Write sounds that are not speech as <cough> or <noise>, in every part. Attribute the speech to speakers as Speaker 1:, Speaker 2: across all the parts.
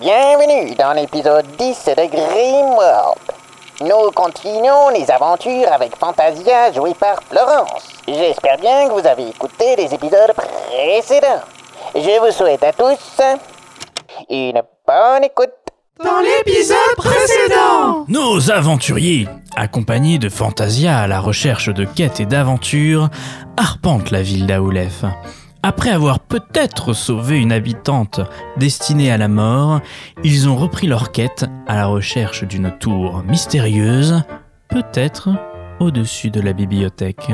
Speaker 1: Bienvenue dans l'épisode 10 de Grimworld. Nous continuons les aventures avec Fantasia jouée par Florence. J'espère bien que vous avez écouté les épisodes précédents. Je vous souhaite à tous une bonne écoute.
Speaker 2: Dans l'épisode précédent
Speaker 3: Nos aventuriers, accompagnés de Fantasia à la recherche de quêtes et d'aventures, arpentent la ville d'Aoulef. Après avoir peut-être sauvé une habitante destinée à la mort, ils ont repris leur quête à la recherche d'une tour mystérieuse, peut-être au-dessus de la bibliothèque.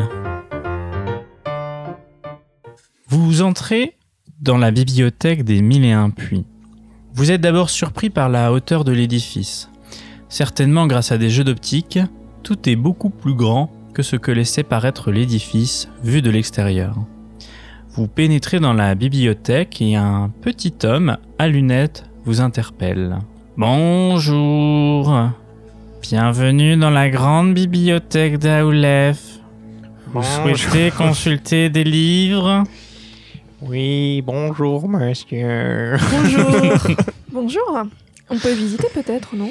Speaker 3: Vous entrez dans la bibliothèque des Mille et un Puits. Vous êtes d'abord surpris par la hauteur de l'édifice. Certainement grâce à des jeux d'optique, tout est beaucoup plus grand que ce que laissait paraître l'édifice vu de l'extérieur. Vous pénétrez dans la bibliothèque et un petit homme à lunettes vous interpelle. Bonjour. Bienvenue dans la grande bibliothèque d'Aoulef. Vous
Speaker 4: Bonjour.
Speaker 3: souhaitez consulter des livres
Speaker 4: Oui, bonjour monsieur.
Speaker 5: Bonjour.
Speaker 2: <laughs>
Speaker 5: Bonjour. On peut visiter peut-être, non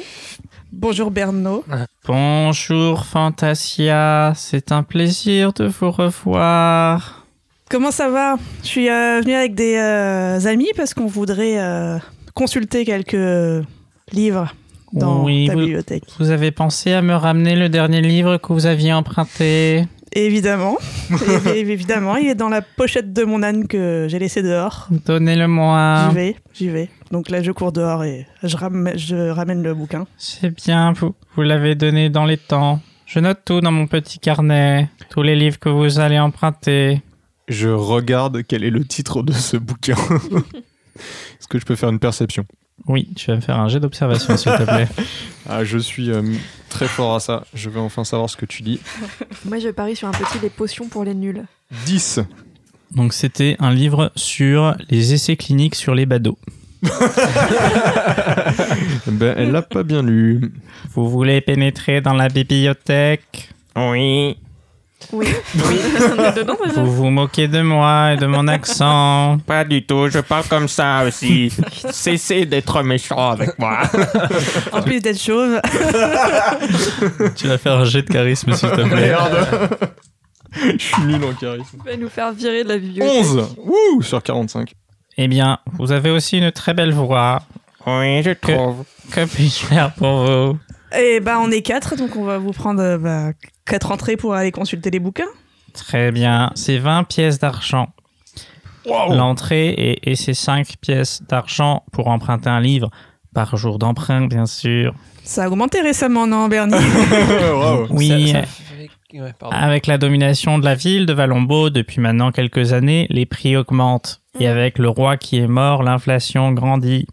Speaker 2: Bonjour Berno.
Speaker 3: Bonjour Fantasia, c'est un plaisir de vous revoir.
Speaker 2: Comment ça va Je suis euh, venue avec des euh, amis parce qu'on voudrait euh, consulter quelques euh, livres dans
Speaker 3: oui,
Speaker 2: ta
Speaker 3: vous,
Speaker 2: bibliothèque.
Speaker 3: vous avez pensé à me ramener le dernier livre que vous aviez emprunté <laughs>
Speaker 2: Évidemment. Et- et- évidemment, il est dans la pochette de mon âne que j'ai laissé dehors.
Speaker 3: Donnez-le-moi.
Speaker 2: J'y vais, j'y vais. Donc là, je cours dehors et je, ram- je ramène le bouquin.
Speaker 3: C'est bien, vous, vous l'avez donné dans les temps. Je note tout dans mon petit carnet, tous les livres que vous allez emprunter.
Speaker 6: Je regarde quel est le titre de ce <laughs> bouquin. Est-ce que je peux faire une perception
Speaker 3: Oui, tu vas me faire un jet d'observation, s'il te plaît.
Speaker 6: ah, Je suis euh, très fort à ça. Je vais enfin savoir ce que tu lis.
Speaker 5: Moi, je parie sur un petit des potions pour les nuls.
Speaker 6: 10.
Speaker 3: <laughs> Donc c'était un livre sur les essais cliniques sur les badauds.
Speaker 6: Ben, elle l'a pas bien lu.
Speaker 3: Vous voulez pénétrer dans la bibliothèque
Speaker 4: Oui.
Speaker 5: Oui. On est dedans déjà.
Speaker 3: Vous vous moquez de moi et de mon accent.
Speaker 4: Pas du tout, je parle comme ça <laughs> aussi. Cessez d'être méchant avec moi.
Speaker 2: En plus d'être chauve,
Speaker 3: <laughs> tu vas faire un jet de charisme, s'il te
Speaker 6: Merde <laughs> Je suis nul en charisme.
Speaker 5: Tu vas nous faire virer de la bibliothèque.
Speaker 6: 11 Wouh Sur 45.
Speaker 3: Eh bien, vous avez aussi une très belle voix.
Speaker 4: Oui, je trouve.
Speaker 3: Que puis-je faire pour vous
Speaker 2: et bah, on est quatre, donc on va vous prendre euh, bah, quatre entrées pour aller consulter les bouquins.
Speaker 3: Très bien, c'est 20 pièces d'argent. L'entrée et, et c'est 5 pièces d'argent pour emprunter un livre. Par jour d'emprunt, bien sûr.
Speaker 2: Ça a augmenté récemment, non, Bernie
Speaker 6: <laughs> Waouh.
Speaker 3: Oui,
Speaker 7: Ça-
Speaker 3: euh,
Speaker 7: ça fait- ouais, pardon.
Speaker 3: avec la domination de la ville de Valombo depuis maintenant quelques années, les prix augmentent. Et avec le roi qui est mort, l'inflation grandit.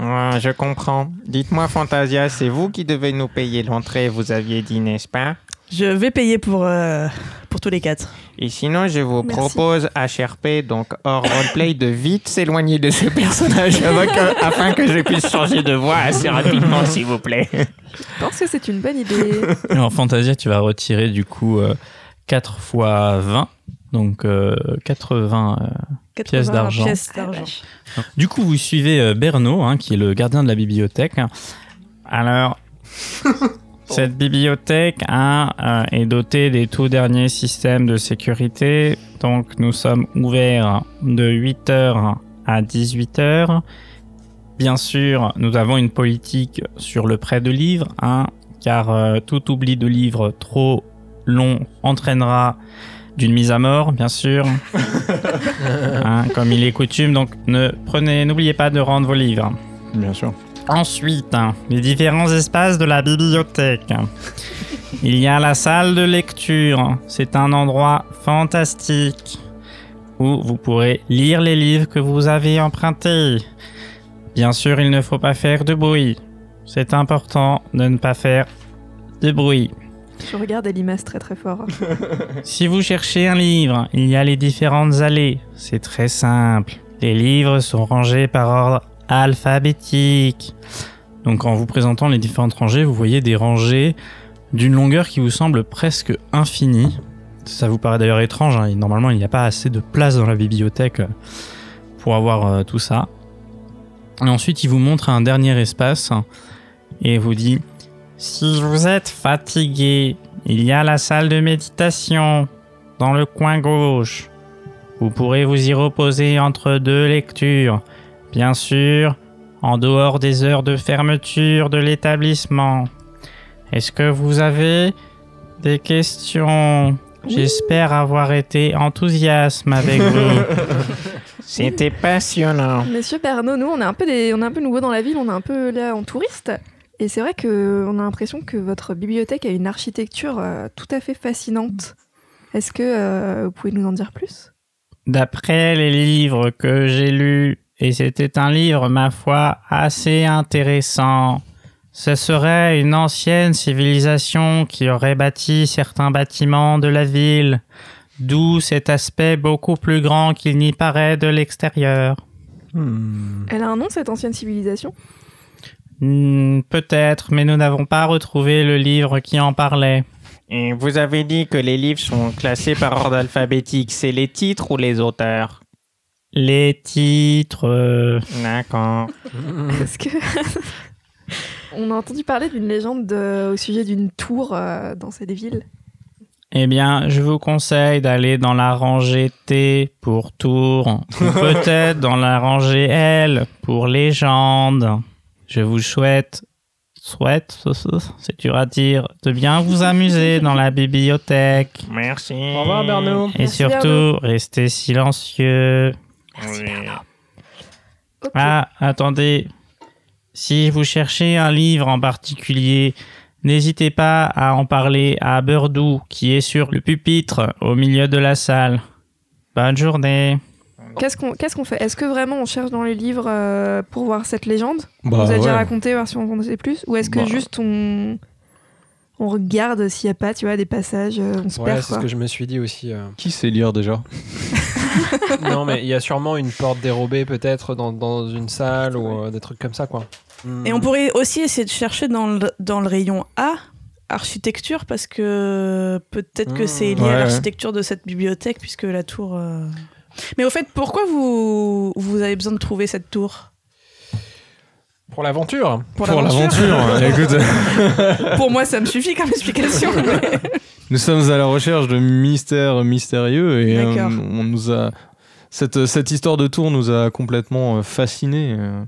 Speaker 4: Ah, je comprends. Dites-moi, Fantasia, c'est vous qui devez nous payer l'entrée, vous aviez dit, n'est-ce pas
Speaker 2: Je vais payer pour, euh, pour tous les quatre.
Speaker 4: Et sinon, je vous
Speaker 5: Merci.
Speaker 4: propose, HRP, donc hors roleplay, de vite s'éloigner de ce personnage avant que- afin que je puisse changer de voix assez rapidement, s'il vous <laughs> plaît.
Speaker 5: Je pense que <laughs> c'est une bonne idée.
Speaker 3: <laughs> En Fantasia, tu vas retirer du coup 4 fois 20. Donc euh, 80. Pièces
Speaker 2: 80
Speaker 3: d'argent.
Speaker 2: Pièces
Speaker 5: Ah,
Speaker 2: d'argent.
Speaker 5: vache.
Speaker 3: Du coup, vous suivez euh, Berno, hein, qui est le gardien de la bibliothèque. Alors, cette bibliothèque hein, euh, est dotée des tout derniers systèmes de sécurité. Donc, nous sommes ouverts de 8h à 18h. Bien sûr, nous avons une politique sur le prêt de livres, hein, car euh, tout oubli de livres trop long entraînera d'une mise à mort, bien sûr. Hein, comme il est coutume. Donc ne prenez, n'oubliez pas de rendre vos livres.
Speaker 6: Bien sûr.
Speaker 3: Ensuite, hein, les différents espaces de la bibliothèque. Il y a la salle de lecture. C'est un endroit fantastique où vous pourrez lire les livres que vous avez empruntés. Bien sûr, il ne faut pas faire de bruit. C'est important de ne pas faire de bruit.
Speaker 5: Je regarde Elimas très très fort.
Speaker 3: Si vous cherchez un livre, il y a les différentes allées. C'est très simple. Les livres sont rangés par ordre alphabétique. Donc en vous présentant les différentes rangées, vous voyez des rangées d'une longueur qui vous semble presque infinie. Ça vous paraît d'ailleurs étrange, hein, et normalement il n'y a pas assez de place dans la bibliothèque euh, pour avoir euh, tout ça. Et ensuite, il vous montre un dernier espace et vous dit Si vous êtes fatigué, il y a la salle de méditation dans le coin gauche. Vous pourrez vous y reposer entre deux lectures, bien sûr, en dehors des heures de fermeture de l'établissement. Est-ce que vous avez des questions J'espère avoir été enthousiasme avec vous.
Speaker 4: C'était passionnant.
Speaker 5: <laughs> Monsieur Bernot, nous, on est un peu des, on est un peu nouveau dans la ville, on est un peu là en touriste. Et c'est vrai que on a l'impression que votre bibliothèque a une architecture euh, tout à fait fascinante. Est-ce que euh, vous pouvez nous en dire plus
Speaker 3: D'après les livres que j'ai lus, et c'était un livre, ma foi, assez intéressant, ce serait une ancienne civilisation qui aurait bâti certains bâtiments de la ville, d'où cet aspect beaucoup plus grand qu'il n'y paraît de l'extérieur.
Speaker 6: Hmm.
Speaker 5: Elle a un nom cette ancienne civilisation
Speaker 3: Hmm, Peut-être, mais nous n'avons pas retrouvé le livre qui en parlait.
Speaker 4: Et vous avez dit que les livres sont classés par ordre alphabétique. C'est les titres ou les auteurs
Speaker 3: Les titres... euh,
Speaker 4: D'accord.
Speaker 5: Parce que <laughs> on a entendu parler d'une légende euh, au sujet d'une tour euh, dans cette ville.
Speaker 3: Eh bien, je vous conseille d'aller dans la rangée T pour tour, ou peut-être dans la rangée L pour légende. Je vous souhaite, souhaite, c'est dur à dire, de bien vous amuser dans la bibliothèque.
Speaker 4: Merci.
Speaker 7: Au revoir, Bernaud.
Speaker 3: Et
Speaker 5: Merci,
Speaker 3: surtout,
Speaker 5: Arnaud.
Speaker 3: restez silencieux.
Speaker 4: Merci, Bernard.
Speaker 5: Ok.
Speaker 3: Ah, attendez. Si vous cherchez un livre en particulier, n'hésitez pas à en parler à Berdou, qui est sur le pupitre au milieu de la salle. Bonne journée.
Speaker 6: Oh.
Speaker 5: Qu'est-ce qu'on qu'est-ce qu'on fait Est-ce que vraiment on cherche dans les livres euh, pour voir cette légende
Speaker 6: Bah,
Speaker 5: On vous a déjà
Speaker 6: ouais.
Speaker 5: raconté, voir si on en sait plus Ou est-ce que
Speaker 6: Bah.
Speaker 5: juste on, on regarde s'il n'y a pas, tu vois, des passages, euh, on se
Speaker 7: Ouais,
Speaker 5: perd
Speaker 7: c'est
Speaker 5: quoi.
Speaker 7: ce que je me suis dit aussi. euh. <laughs>
Speaker 6: Qui sait lire déjà
Speaker 7: non, mais il y a sûrement une porte dérobée peut-être dans, dans une salle ou euh, des trucs comme ça, quoi.
Speaker 2: Et on pourrait aussi essayer de chercher dans le, dans le rayon A, architecture, parce que peut-être que
Speaker 7: Mmh.
Speaker 2: c'est lié
Speaker 6: Ouais,
Speaker 2: à
Speaker 6: ouais.
Speaker 2: l'architecture de cette bibliothèque, puisque la tour. euh, Mais au fait, pourquoi vous, vous avez besoin de trouver cette tour
Speaker 7: Pour l'aventure
Speaker 6: Pour l'aventure. <laughs> hein. Écoute,
Speaker 2: Pour moi, ça me suffit comme explication. mais-
Speaker 6: nous sommes à la recherche de mystères mystérieux et euh,
Speaker 2: D'accord.
Speaker 6: on nous a cette, cette histoire de tour nous a complètement euh, fascinés euh,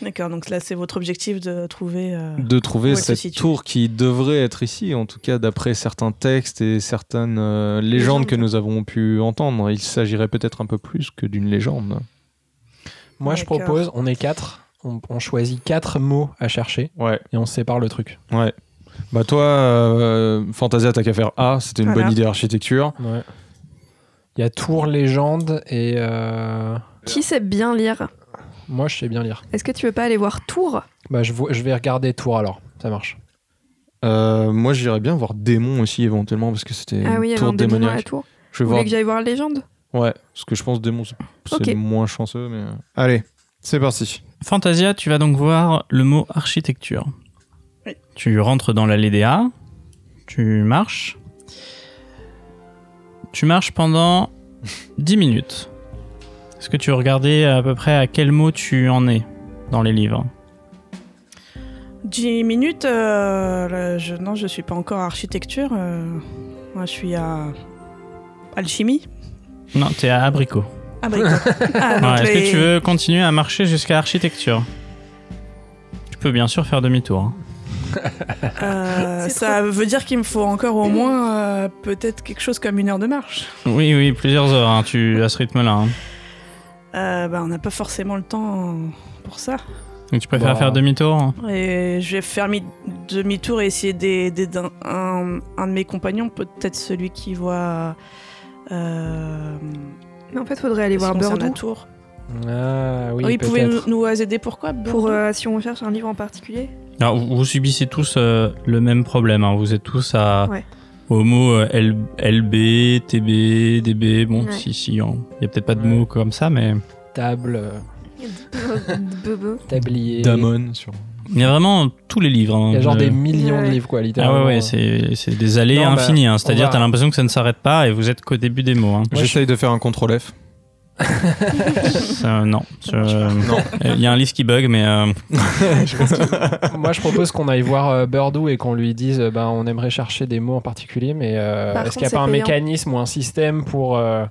Speaker 2: D'accord, donc là, c'est votre objectif de trouver. euh,
Speaker 6: de trouver
Speaker 2: Où elle se
Speaker 6: cette
Speaker 2: situe.
Speaker 6: tour qui devrait être ici, en tout cas d'après certains textes et certaines euh, légendes
Speaker 5: Légendes.
Speaker 6: que nous avons pu entendre. Il s'agirait peut-être un peu plus que d'une légende.
Speaker 7: Moi, je
Speaker 2: D'accord.
Speaker 7: propose, on est quatre, on, on choisit quatre mots à chercher
Speaker 6: Ouais.
Speaker 7: et on se sépare le truc.
Speaker 6: Ouais. Bah toi, euh, Fantasia, t'as qu'à faire A, c'était une
Speaker 2: Voilà.
Speaker 6: bonne idée architecture.
Speaker 7: Ouais. Il y a tour, légende et. euh,
Speaker 5: Qui sait bien lire
Speaker 7: Moi, je sais bien lire.
Speaker 5: Est-ce que tu veux pas aller voir Tours
Speaker 7: Bah, je, vois- je vais regarder tour alors. Ça marche.
Speaker 6: Euh, moi, j'irais bien voir démon aussi éventuellement parce que c'était
Speaker 5: Ah
Speaker 6: une
Speaker 5: oui, il y avait
Speaker 6: tour
Speaker 5: un démon dans la
Speaker 6: démoniaque.
Speaker 5: tour.
Speaker 6: Je vais
Speaker 5: Vous
Speaker 6: voir.
Speaker 5: voulez que j'aille voir la légende
Speaker 6: Ouais, parce que je pense démon c'est c'est
Speaker 5: Ok.
Speaker 6: moins chanceux, mais. euh, Allez, c'est parti.
Speaker 3: Fantasia, tu vas donc voir le mot architecture.
Speaker 2: Oui.
Speaker 3: Tu rentres dans l'allée des A, tu marches. Tu marches pendant 10 minutes. Est-ce que tu regardais à peu près à quel mot tu en es dans les livres
Speaker 2: 10 minutes, euh, là, je, non, je suis pas encore à architecture. euh, Moi, je suis à. Alchimie
Speaker 3: Non, t'es à abricot.
Speaker 2: Ah, bah, écoute. <laughs> Ah, donc
Speaker 3: Ouais, Est-ce
Speaker 2: les-
Speaker 3: que tu veux continuer à marcher jusqu'à architecture Tu peux bien sûr faire demi-tour. hein.
Speaker 2: Euh,
Speaker 5: C'est
Speaker 2: ça veut dire qu'il me faut encore au moins euh, peut-être quelque chose comme une heure de marche.
Speaker 3: Oui, oui, plusieurs heures hein, tu, à ce rythme-là. hein.
Speaker 2: Euh, bah, on n'a pas forcément le temps pour ça.
Speaker 3: Donc tu préfères
Speaker 7: Bah.
Speaker 3: faire demi-tour hein
Speaker 2: Et je vais faire mi- demi-tour et essayer d'aider d'un- un, un de mes compagnons, peut-être celui qui voit. Euh,
Speaker 5: Mais en fait, faudrait aller voir
Speaker 2: son
Speaker 5: Berdou
Speaker 2: tour.
Speaker 7: Ah oui,
Speaker 2: Oui, Oh, il pouvait nous,
Speaker 7: peut-être.
Speaker 2: nous aider pourquoi
Speaker 5: pour
Speaker 2: Berdou
Speaker 5: euh, si on cherche un livre en particulier.
Speaker 3: Alors, vous, vous subissez tous euh, le même problème. hein. Vous êtes tous à,
Speaker 5: Ouais.
Speaker 3: au mot euh, L- LB, TB, DB. Bon,
Speaker 5: Ouais.
Speaker 3: si, si, on- il n'y a peut-être pas de
Speaker 7: Ouais.
Speaker 3: mots comme ça, mais
Speaker 7: Table, euh,
Speaker 5: Oh, Bebe.
Speaker 7: tablier.
Speaker 6: Damon sur.
Speaker 3: il y a vraiment tous les livres. hein.
Speaker 7: Il y a genre
Speaker 3: Euh,
Speaker 7: des millions
Speaker 5: Ouais.
Speaker 7: de livres, quoi,
Speaker 3: Ah
Speaker 7: littéralement.
Speaker 3: ouais, ouais, c'est c'est des allées
Speaker 7: Non, bah,
Speaker 3: infinies. hein.
Speaker 7: on
Speaker 3: C'est-à-dire,
Speaker 7: va-
Speaker 3: t'as l'impression que ça ne s'arrête pas et vous êtes qu'au début des mots. hein.
Speaker 7: Moi,
Speaker 6: J'essaye de faire un contrôle F.
Speaker 3: Euh, non. Euh, Il y a un livre qui bug, mais euh,
Speaker 7: Moi, je propose qu'on aille voir euh, Birdou et qu'on lui dise euh, ben, on aimerait chercher des mots en particulier, mais euh,
Speaker 5: Par
Speaker 7: est-ce qu'il n'y a
Speaker 5: contre,
Speaker 7: pas un
Speaker 5: c'est payant.
Speaker 7: mécanisme ou un système pour, euh,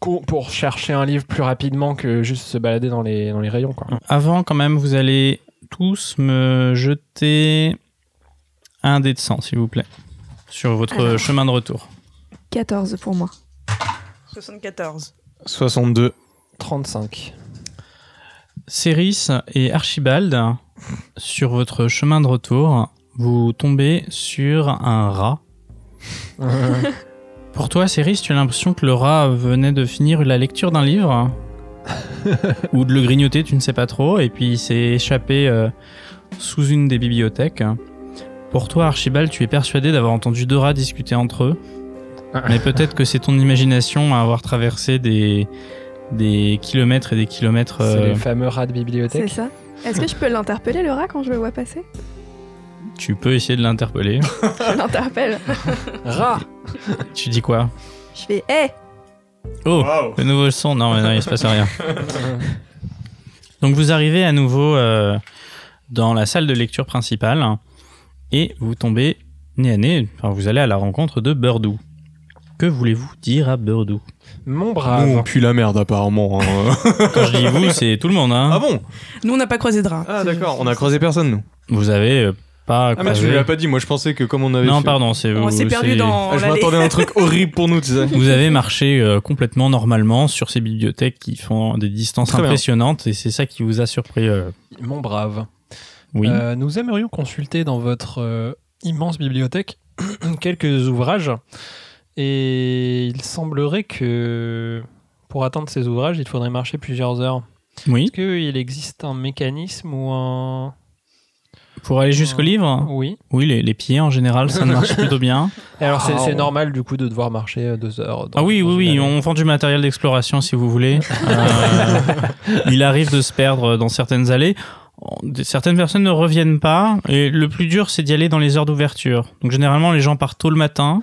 Speaker 7: qu'on- pour chercher un livre plus rapidement que juste se balader dans les, dans les rayons quoi.
Speaker 3: avant, quand même, vous allez tous me jeter un dé de sang, s'il vous plaît, sur votre
Speaker 5: Alors.
Speaker 3: chemin de retour.
Speaker 5: 14 pour moi.
Speaker 2: 74.
Speaker 6: 62.
Speaker 7: 35.
Speaker 3: Céris et Archibald, sur votre chemin de retour, vous tombez sur un rat. Pour toi, Céris, tu as l'impression que le rat venait de finir la lecture d'un livre ou de le grignoter, tu ne sais pas trop, et puis il s'est échappé euh, sous une des bibliothèques. Pour toi, Archibald, tu es persuadé d'avoir entendu deux rats discuter entre eux, mais peut-être que c'est ton imagination à avoir traversé des, des kilomètres et des kilomètres.
Speaker 7: C'est
Speaker 3: euh,
Speaker 7: les fameux rats de
Speaker 5: C'est
Speaker 7: bibliothèque.
Speaker 5: ça. Est-ce que je peux l'interpeller le rat quand je le vois
Speaker 6: <laughs>
Speaker 5: passer
Speaker 3: Tu peux essayer de l'interpeller.
Speaker 5: Je l'interpelle.
Speaker 7: Rat
Speaker 3: tu dis quoi
Speaker 5: Je fais hé
Speaker 3: Oh, le nouveau son. Non, mais non, il se passe
Speaker 6: <laughs>
Speaker 3: rien. Donc vous arrivez à nouveau euh, dans la salle de lecture principale et vous tombez nez à nez. Enfin, vous allez à la rencontre de Birdou. Que voulez-vous dire à Birdou
Speaker 7: Mon
Speaker 3: Ah,
Speaker 7: brave.
Speaker 6: Bon, puis la merde, apparemment. hein.
Speaker 3: Quand je dis vous, c'est tout le monde. Hein.
Speaker 6: <laughs> ah bon
Speaker 2: Nous, on n'a pas croisé de rat.
Speaker 6: Ah d'accord, on a croisé personne, nous.
Speaker 3: Vous avez euh, pas
Speaker 6: Ah, mais tu
Speaker 3: croisé-
Speaker 6: ne l'as pas dit, moi je pensais que comme on avait.
Speaker 3: non,
Speaker 6: fait-
Speaker 3: pardon, c'est vous.
Speaker 2: On s'est perdu
Speaker 3: c'est-
Speaker 2: dans
Speaker 6: Ah, je
Speaker 2: l'allée.
Speaker 6: m'attendais à un truc horrible pour nous, tu
Speaker 3: <laughs>
Speaker 6: sais.
Speaker 3: Vous avez marché euh, complètement normalement sur ces bibliothèques qui font des distances
Speaker 6: Très bien.
Speaker 3: impressionnantes et c'est ça qui vous a surpris. euh,
Speaker 7: Mon brave.
Speaker 3: Oui.
Speaker 7: Euh, nous aimerions consulter dans votre euh, immense bibliothèque <clears throat> quelques ouvrages. Et il semblerait que pour atteindre ces ouvrages, il faudrait marcher plusieurs heures.
Speaker 3: oui.
Speaker 7: Est-ce qu'il existe un mécanisme ou un...
Speaker 3: Pour aller jusqu'au
Speaker 2: Euh,
Speaker 3: livre hein.
Speaker 7: Oui.
Speaker 3: Oui, les, les pieds en général,
Speaker 2: <laughs>
Speaker 3: ça marche plutôt bien.
Speaker 7: Alors c'est
Speaker 4: Ah,
Speaker 7: c'est
Speaker 4: on-
Speaker 7: normal du coup de devoir marcher euh, deux heures. dans-
Speaker 3: Ah oui,
Speaker 7: dans
Speaker 3: oui,
Speaker 7: une
Speaker 3: oui,
Speaker 7: allée.
Speaker 3: on vend du matériel d'exploration si vous voulez. Euh, il arrive de se perdre dans certaines allées. Certaines personnes ne reviennent pas et le plus dur c'est d'y aller dans les heures d'ouverture. Donc généralement les gens partent tôt le matin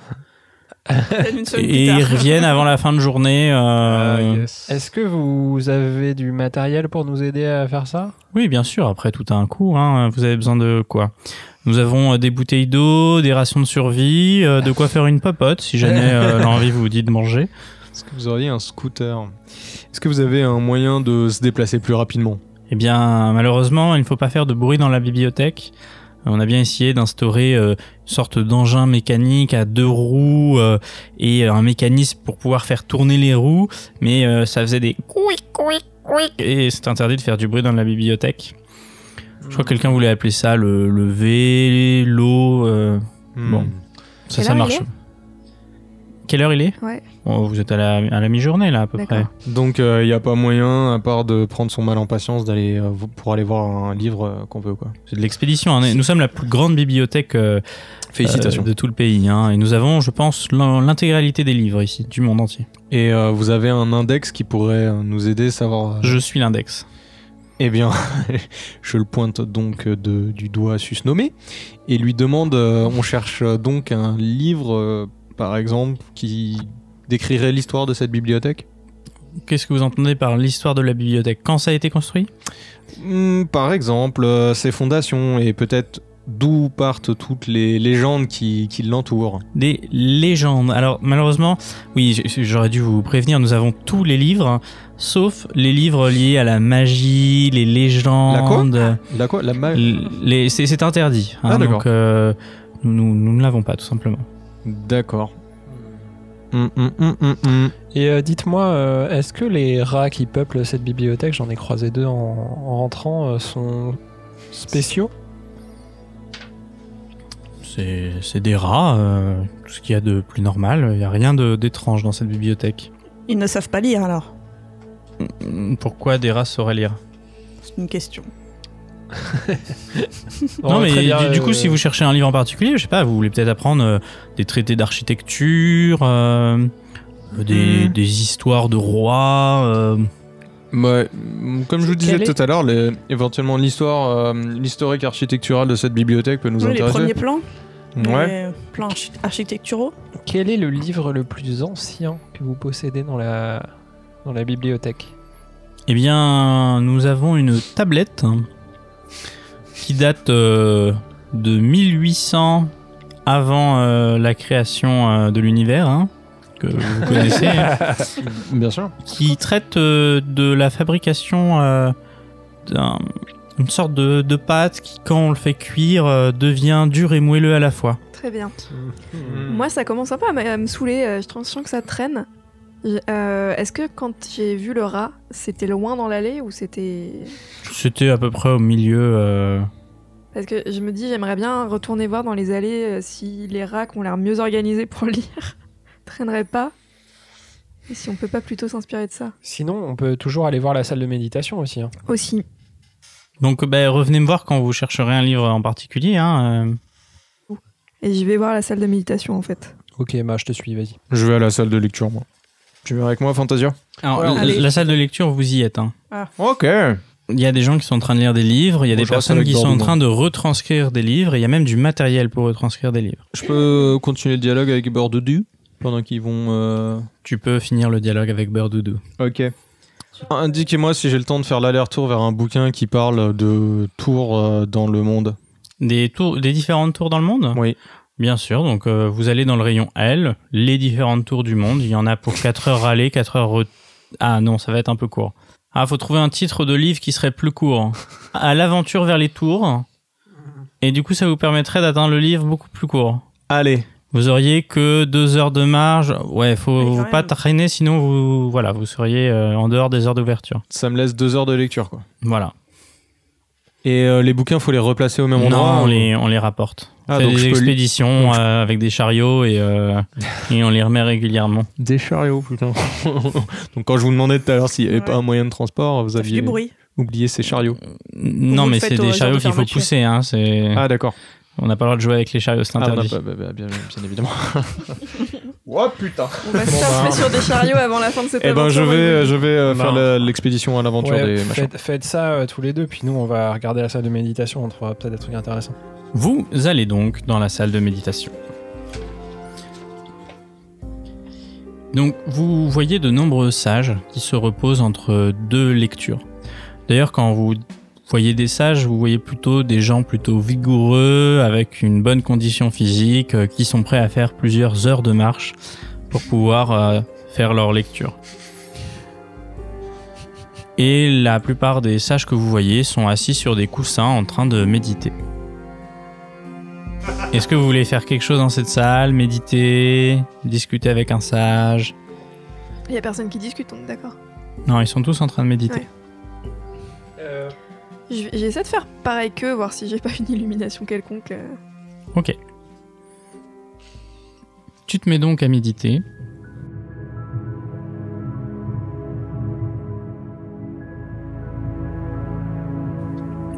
Speaker 2: Peut-être <laughs> une semaine
Speaker 3: et
Speaker 2: plus
Speaker 3: ils
Speaker 2: tard. Ah,
Speaker 3: reviennent avant la fin de journée. euh,
Speaker 7: Ah, Est-ce que vous avez du matériel pour nous aider à faire ça
Speaker 3: Oui, bien sûr, après tout à un coup, hein, vous avez besoin de quoi Nous avons euh, des bouteilles d'eau, des rations de survie, euh, de quoi faire une popote si jamais
Speaker 2: <laughs>
Speaker 3: euh, l'envie vous dit de manger.
Speaker 6: Est-ce que vous auriez un scooter Est-ce que vous avez un moyen de se déplacer plus rapidement
Speaker 3: Eh bien, malheureusement, il ne faut pas faire de bruit dans la bibliothèque. On a bien essayé d'instaurer euh, une sorte d'engin mécanique à deux roues euh, et un mécanisme pour pouvoir faire tourner les roues, mais euh, ça faisait des couic, couic, couic, et c'est interdit de faire du bruit dans la bibliothèque. Je crois que quelqu'un voulait appeler ça le, le vélo. euh,
Speaker 6: Hmm.
Speaker 3: Bon. ça,
Speaker 5: Quelle
Speaker 3: ça
Speaker 5: heure
Speaker 3: marche.
Speaker 5: il est
Speaker 3: Quelle heure il est
Speaker 5: Ouais.
Speaker 3: Bon, Vous êtes à la, à la mi-journée là à peu près.
Speaker 5: D'accord.
Speaker 6: Donc euh, il n'y a pas moyen, à part de prendre son mal en patience, d'aller euh, vo- pour aller voir un livre euh, qu'on veut quoi.
Speaker 3: C'est de l'expédition. hein. Nous sommes la plus grande bibliothèque euh, euh, de tout le pays. hein. Et nous avons, je pense, l'in- l'intégralité des livres ici, du monde entier.
Speaker 6: Et euh, vous avez un index qui pourrait euh, nous aider à savoir. euh,
Speaker 3: Je suis l'index.
Speaker 6: Eh bien, <laughs> je le pointe donc euh, de- du doigt susnommé et lui demande euh, on cherche euh, donc un livre, euh, par exemple, qui décrirait l'histoire de cette bibliothèque
Speaker 3: Qu'est-ce que vous entendez par l'histoire de la bibliothèque Quand ça a été construit
Speaker 6: Hmm, Par exemple, euh, ses fondations et peut-être d'où partent toutes les légendes qui, qui l'entourent.
Speaker 3: Des légendes. Alors, malheureusement, oui, j- j'aurais dû vous prévenir, nous avons tous les livres, hein, sauf les livres liés à la magie, les légendes.
Speaker 6: La quoi La ma-
Speaker 3: L- les- C'est c'est interdit. hein,
Speaker 6: Ah, d'accord.
Speaker 3: donc, euh, nous, nous- nous ne l'avons pas, tout simplement.
Speaker 6: D'accord. Hmm, hmm, hmm, hmm, hmm.
Speaker 7: Et euh, dites-moi, euh, est-ce que les rats qui peuplent cette bibliothèque, j'en ai croisé deux en, en rentrant, euh, sont spéciaux
Speaker 3: C'est c'est des rats, euh, tout ce qu'il y a de plus normal. Il n'y a rien de- d'étrange dans cette bibliothèque.
Speaker 2: Ils ne savent pas lire alors.
Speaker 3: Mm, Pourquoi des rats sauraient lire
Speaker 2: C'est une question.
Speaker 3: Non, mais
Speaker 7: très bien,
Speaker 3: du, du
Speaker 7: euh,
Speaker 3: coup, si vous cherchez un livre en particulier, je sais pas, vous voulez peut-être apprendre euh, des traités d'architecture, euh, des,
Speaker 6: Hmm.
Speaker 3: des histoires de rois. euh,
Speaker 6: Ouais, mm, comme je vous disais
Speaker 7: Quel est-
Speaker 6: tout à l'heure, les- éventuellement l'histoire, euh, l'historique architectural de cette bibliothèque peut nous
Speaker 2: Oui, les
Speaker 6: intéresser.
Speaker 2: premiers plans,
Speaker 6: Ouais.
Speaker 2: les plans archi- architecturaux.
Speaker 7: Quel est le livre le plus ancien que vous possédez dans la dans la bibliothèque
Speaker 3: Eh bien, nous avons une tablette hein, qui date euh, de 1800 avant euh, la création euh, de l'univers, hein, que vous connaissez, hein,
Speaker 6: Bien sûr.
Speaker 3: qui traite euh, de la fabrication euh, d'un- d'une sorte de, de pâte qui, quand on le fait cuire, euh, devient dur et moelleux à la fois.
Speaker 5: Très bien.
Speaker 6: Mm.
Speaker 5: Moi, ça commence un peu à, m- à me saouler. euh, Je trans- sens que ça traîne. J- euh, Est-ce que quand j'ai vu le rat, c'était loin dans l'allée ou c'était.
Speaker 3: C'était à peu près au milieu. euh,
Speaker 5: Parce que je me dis, j'aimerais bien retourner voir dans les allées euh, si les rats qui ont l'air mieux organisés pour <laughs> lire traîneraient pas. Et si on peut pas plutôt s'inspirer de ça.
Speaker 7: Sinon, on peut toujours aller voir la salle de méditation aussi. hein.
Speaker 5: Aussi.
Speaker 3: Donc ben, revenez me voir quand vous chercherez un livre en particulier. hein, euh.
Speaker 5: Et je vais voir la salle de méditation en fait.
Speaker 7: Ok, bah, je te suis, vas-y.
Speaker 6: Je vais à la salle de lecture, moi. Tu viens avec moi, Fantasia
Speaker 3: Alors,
Speaker 7: Ouais,
Speaker 3: l-
Speaker 2: allez.
Speaker 3: la salle de lecture, vous y êtes. hein.
Speaker 6: Ok.
Speaker 3: Il y a des gens qui sont en train de lire des livres, il y a
Speaker 6: Moi,
Speaker 3: des
Speaker 6: je reste
Speaker 3: personnes
Speaker 6: avec
Speaker 3: qui sont en
Speaker 6: Bordeaux,
Speaker 3: train de retranscrire des livres, et il y a même du matériel pour retranscrire des livres.
Speaker 6: Je peux continuer le dialogue avec Bordedu pendant qu'ils vont. euh,
Speaker 3: Tu peux finir le dialogue avec Beurdoudou.
Speaker 6: Ok. Indiquez-moi si j'ai le temps de faire l'aller-retour vers un bouquin qui parle de tours euh, dans le monde.
Speaker 3: Des, tours, des différentes tours dans le monde
Speaker 6: Oui.
Speaker 3: Bien sûr, donc euh, vous allez dans le rayon L, les différentes tours du monde, il y en a pour 4 heures aller, 4 heures... re- Ah non, ça va être un peu court. Ah, faut trouver un titre de livre qui serait plus court. À l'aventure vers les tours, et du coup ça vous permettrait d'atteindre le livre beaucoup plus court.
Speaker 6: Allez.
Speaker 3: Vous auriez que deux heures de marge. Ouais,
Speaker 2: Mais quand
Speaker 3: faut
Speaker 2: même.
Speaker 3: pas traîner, sinon vous, voilà, vous seriez euh, en dehors des heures d'ouverture.
Speaker 6: Ça me laisse deux heures de lecture, quoi.
Speaker 3: Voilà.
Speaker 6: Et euh, les bouquins, faut les replacer au même
Speaker 3: non,
Speaker 6: endroit euh,
Speaker 3: on les, on les rapporte.
Speaker 6: Ah,
Speaker 3: on fait
Speaker 6: donc
Speaker 3: des
Speaker 6: je peux li-
Speaker 3: expéditions
Speaker 6: donc je-
Speaker 3: euh, avec des chariots et,
Speaker 6: <laughs>
Speaker 3: euh, et on les remet régulièrement.
Speaker 6: Des chariots, putain. donc quand je vous demandais tout à l'heure s'il n'y avait
Speaker 2: Ouais.
Speaker 6: pas un moyen de transport, vous
Speaker 2: Ça fait du
Speaker 6: aviez
Speaker 2: bruit.
Speaker 6: oublié ces chariots.
Speaker 3: Non,
Speaker 2: vous
Speaker 3: mais
Speaker 2: faites
Speaker 3: c'est
Speaker 2: au
Speaker 3: des
Speaker 2: genre
Speaker 3: chariots
Speaker 2: de
Speaker 3: qu'il faut
Speaker 2: fermeture.
Speaker 3: pousser. Hein, c'est-
Speaker 6: Ah, d'accord.
Speaker 3: On n'a pas le droit de jouer avec les chariots, c'est
Speaker 6: Ah, bah,
Speaker 3: interdit.
Speaker 6: bah, bah, bah, bien, bien
Speaker 2: <laughs>
Speaker 6: évidemment. oh putain.
Speaker 5: <laughs>
Speaker 6: <laughs>
Speaker 5: On va se faire
Speaker 6: bah.
Speaker 5: tuer sur des chariots avant
Speaker 6: <laughs>
Speaker 5: la fin de cette
Speaker 6: Eh ben, je
Speaker 5: aventure,
Speaker 6: vais, euh,
Speaker 5: oui.
Speaker 6: je vais euh,
Speaker 3: Bah.
Speaker 6: faire la- l'expédition à l'aventure
Speaker 7: Ouais,
Speaker 6: des machins.
Speaker 7: faites, faites ça euh, tous les deux, puis nous, on va regarder la salle de méditation, on trouvera peut-être des trucs intéressants.
Speaker 3: Vous allez donc dans la salle de méditation. Donc vous voyez de nombreux sages qui se reposent entre deux lectures. D'ailleurs quand vous voyez des sages, vous voyez plutôt des gens plutôt vigoureux, avec une bonne condition physique, euh, qui sont prêts à faire plusieurs heures de marche pour pouvoir euh, faire leur lecture. Et la plupart des sages que vous voyez sont assis sur des coussins en train de méditer. Est-ce que vous voulez faire quelque chose dans cette salle Méditer Discuter avec un sage
Speaker 5: Il y a personne qui discute, on est d'accord.
Speaker 3: Non, ils sont tous en train de méditer.
Speaker 5: Ouais.
Speaker 7: Euh,
Speaker 5: Je- J'essaie de faire pareil qu'eux, voir si j'ai pas une illumination quelconque. euh.
Speaker 3: Tu te mets donc à méditer.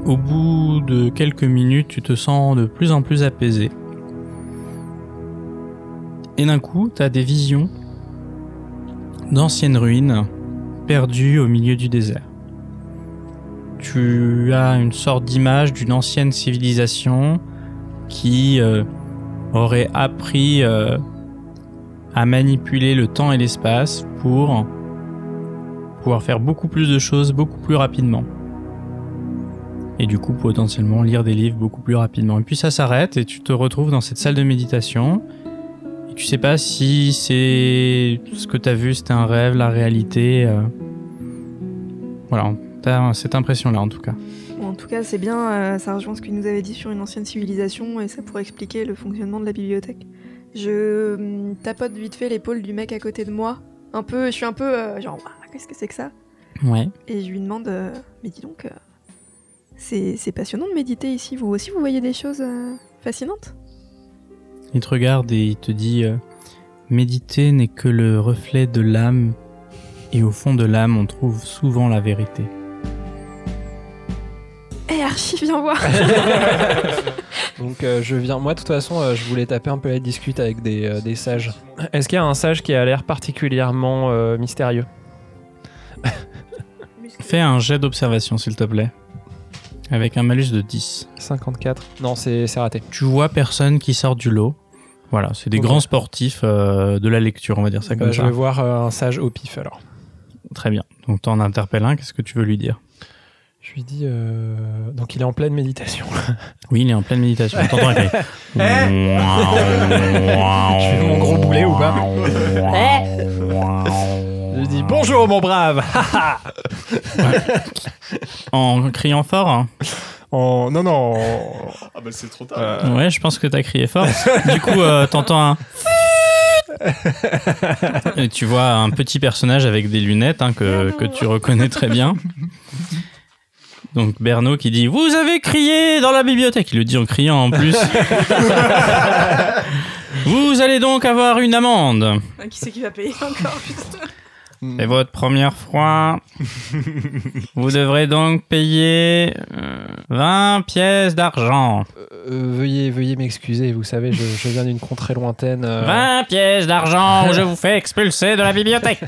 Speaker 3: Au bout de quelques minutes, tu te sens de plus en plus apaisé. Et d'un coup, tu as des visions d'anciennes ruines perdues au milieu du désert. Tu as une sorte d'image d'une ancienne civilisation qui euh, aurait appris euh, à manipuler le temps et l'espace pour pouvoir faire beaucoup plus de choses beaucoup plus rapidement. Et du coup, potentiellement lire des livres beaucoup plus rapidement. Et puis ça s'arrête et tu te retrouves dans cette salle de méditation. Et tu sais pas si c'est ce que tu as vu, c'était un rêve, la réalité. euh. Voilà, t'as cette impression-là en tout cas.
Speaker 5: Bon, en tout cas, c'est bien, euh, ça rejoint ce qu'il nous avait dit sur une ancienne civilisation et ça pourrait expliquer le fonctionnement de la bibliothèque. Je hum, tapote vite fait l'épaule du mec à côté de moi. Un peu, je suis un peu euh, genre, Ouah, qu'est-ce que c'est que ça
Speaker 3: Ouais.
Speaker 5: Et je lui demande, euh, mais dis donc, euh, c'est c'est passionnant de méditer ici. Vous aussi, vous voyez des choses euh, fascinantes
Speaker 3: Il te regarde et il te dit euh, Méditer n'est que le reflet de l'âme, et au fond de l'âme, on trouve souvent la vérité.
Speaker 5: Eh, Archie, viens
Speaker 7: <laughs>
Speaker 5: voir
Speaker 7: Donc euh, je viens, moi de toute façon euh, je voulais taper un peu la discute avec des, euh, des sages. Est-ce qu'il y a un sage qui a l'air particulièrement euh, mystérieux
Speaker 3: Fais un jet d'observation, s'il te plaît, avec un malus de 10.
Speaker 7: 54 Non c'est c'est raté.
Speaker 3: Tu vois personne qui sort du lot. Voilà, c'est des
Speaker 7: Ok.
Speaker 3: grands sportifs euh, de la lecture, on va dire ça
Speaker 7: Bah,
Speaker 3: comme
Speaker 7: je
Speaker 3: ça.
Speaker 7: vais voir euh, un sage au pif alors.
Speaker 3: Très bien. Donc t'en interpelles un, qu'est-ce que tu veux lui dire
Speaker 7: Je lui dis. euh, Donc il est en pleine méditation.
Speaker 6: Oh.
Speaker 3: Oui, il est en pleine méditation. T'entends,
Speaker 7: <laughs>
Speaker 3: il fait... Je
Speaker 7: fais mon gros boulet ou pas Je lui dis bonjour mon brave
Speaker 3: En criant fort hein.
Speaker 7: En- Non, non. en-
Speaker 8: Ah bah c'est trop tard.
Speaker 7: euh,
Speaker 3: Ouais, je pense que t'as crié fort. du coup, euh, t'entends un... Et tu vois un petit personnage avec des lunettes hein, que, que tu reconnais très bien. Donc Bernaud qui dit Vous avez crié dans la bibliothèque. Il le dit en criant en plus. Vous allez donc avoir une amende.
Speaker 2: Ah, <laughs> qui c'est qui va payer encore putain
Speaker 3: C'est votre première fois. Vous devrez donc payer euh, 20 pièces d'argent.
Speaker 7: euh, veuillez veuillez m'excuser, vous savez, je, je viens d'une contrée lointaine. euh,
Speaker 3: 20 pièces d'argent ou je vous fais expulser de la bibliothèque.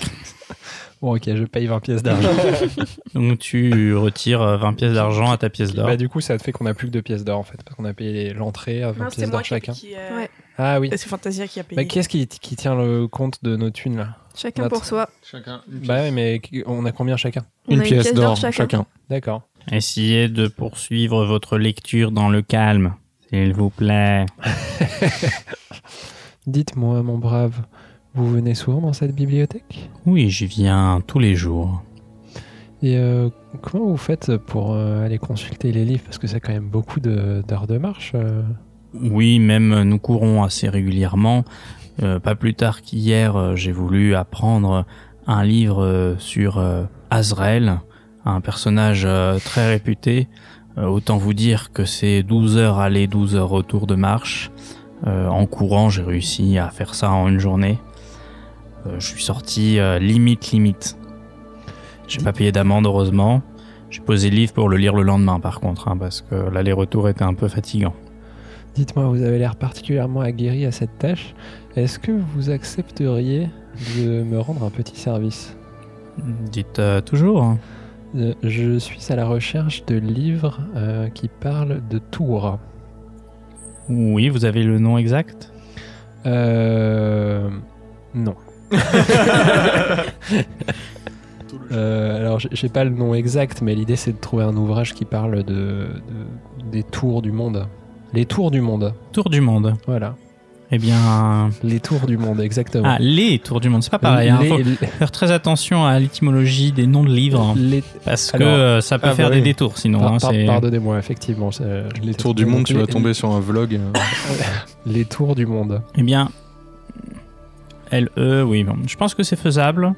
Speaker 7: Bon, ok, je paye 20 pièces d'argent.
Speaker 3: <laughs> Donc tu retires euh, 20 pièces d'argent à ta pièce d'or.
Speaker 7: Bah, du coup, ça te fait qu'on a plus que 2 pièces d'or en fait, parce qu'on a payé les- l'entrée à 20
Speaker 2: Non, c'est
Speaker 7: pièces
Speaker 2: moi
Speaker 7: d'or
Speaker 2: qui.
Speaker 7: chacun.
Speaker 2: qui, euh,
Speaker 5: Ouais.
Speaker 7: Ah oui.
Speaker 2: C'est Fantasia qui a payé.
Speaker 7: Bah, qui est-ce qui, qui tient le compte de nos thunes là
Speaker 5: Chacun
Speaker 7: Note.
Speaker 5: pour soi.
Speaker 8: Chacun.
Speaker 7: Bah, ouais, mais on a combien chacun
Speaker 5: On
Speaker 6: Une
Speaker 5: a
Speaker 6: pièce d'or chacun.
Speaker 7: D'accord.
Speaker 3: Essayez de poursuivre votre lecture dans le calme. S'il vous plaît.
Speaker 7: Dites-moi, mon brave, vous venez souvent dans cette bibliothèque
Speaker 3: Oui, j'y viens tous les jours.
Speaker 7: Et euh, comment vous faites pour euh, aller consulter les livres Parce que c'est quand même beaucoup de- d'heures de, marche. euh.
Speaker 3: Oui, même euh, nous courons assez régulièrement. Euh, pas plus tard qu'hier, euh, j'ai voulu apprendre un livre euh, sur euh, Azrael, un personnage euh, très réputé. Euh, autant vous dire que c'est 12 heures aller, 12 heures retour de marche. Euh, en courant, j'ai réussi à faire ça en une journée. Euh, je suis sorti euh, limite, limite. J'ai pas payé d'amende, heureusement. J'ai posé le livre pour le lire le lendemain, par contre, hein, parce que l'aller-retour était un peu fatigant.
Speaker 7: Dites-moi, vous avez l'air particulièrement aguerri à cette tâche. Est-ce que vous accepteriez de me rendre un petit service
Speaker 3: Dites euh, toujours.
Speaker 7: Euh, Je suis à la recherche de livres euh, qui parlent de tours.
Speaker 3: Oui, vous avez le nom exact
Speaker 7: Euh...
Speaker 6: <laughs>
Speaker 7: Non. Euh, alors, j'ai- j'ai pas le nom exact, mais l'idée c'est de trouver un ouvrage qui parle de, de- des tours du monde. Les tours du monde,
Speaker 3: Tour du monde.
Speaker 7: voilà.
Speaker 3: Eh bien.
Speaker 7: Les tours du monde, exactement.
Speaker 3: Ah, les tours du monde, c'est pas pareil. hein.
Speaker 7: Les-
Speaker 3: Faut
Speaker 7: les-
Speaker 3: faire très attention à l'étymologie des noms de livres. hein,
Speaker 7: les-
Speaker 3: Parce que
Speaker 7: Alors,
Speaker 3: euh, ça peut
Speaker 7: ah,
Speaker 3: faire
Speaker 7: bah
Speaker 3: des
Speaker 7: oui.
Speaker 3: détours sinon.
Speaker 7: par-
Speaker 3: hein,
Speaker 7: par-
Speaker 3: c'est-
Speaker 7: Pardonnez-moi, effectivement. c'est- je
Speaker 6: Les
Speaker 7: m'étais
Speaker 6: tours du
Speaker 7: trompé.
Speaker 6: monde, tu
Speaker 7: Les-
Speaker 6: vas tomber sur un vlog. euh,
Speaker 7: Les tours du monde.
Speaker 3: Eh bien. LE, oui, bon. Je pense que c'est faisable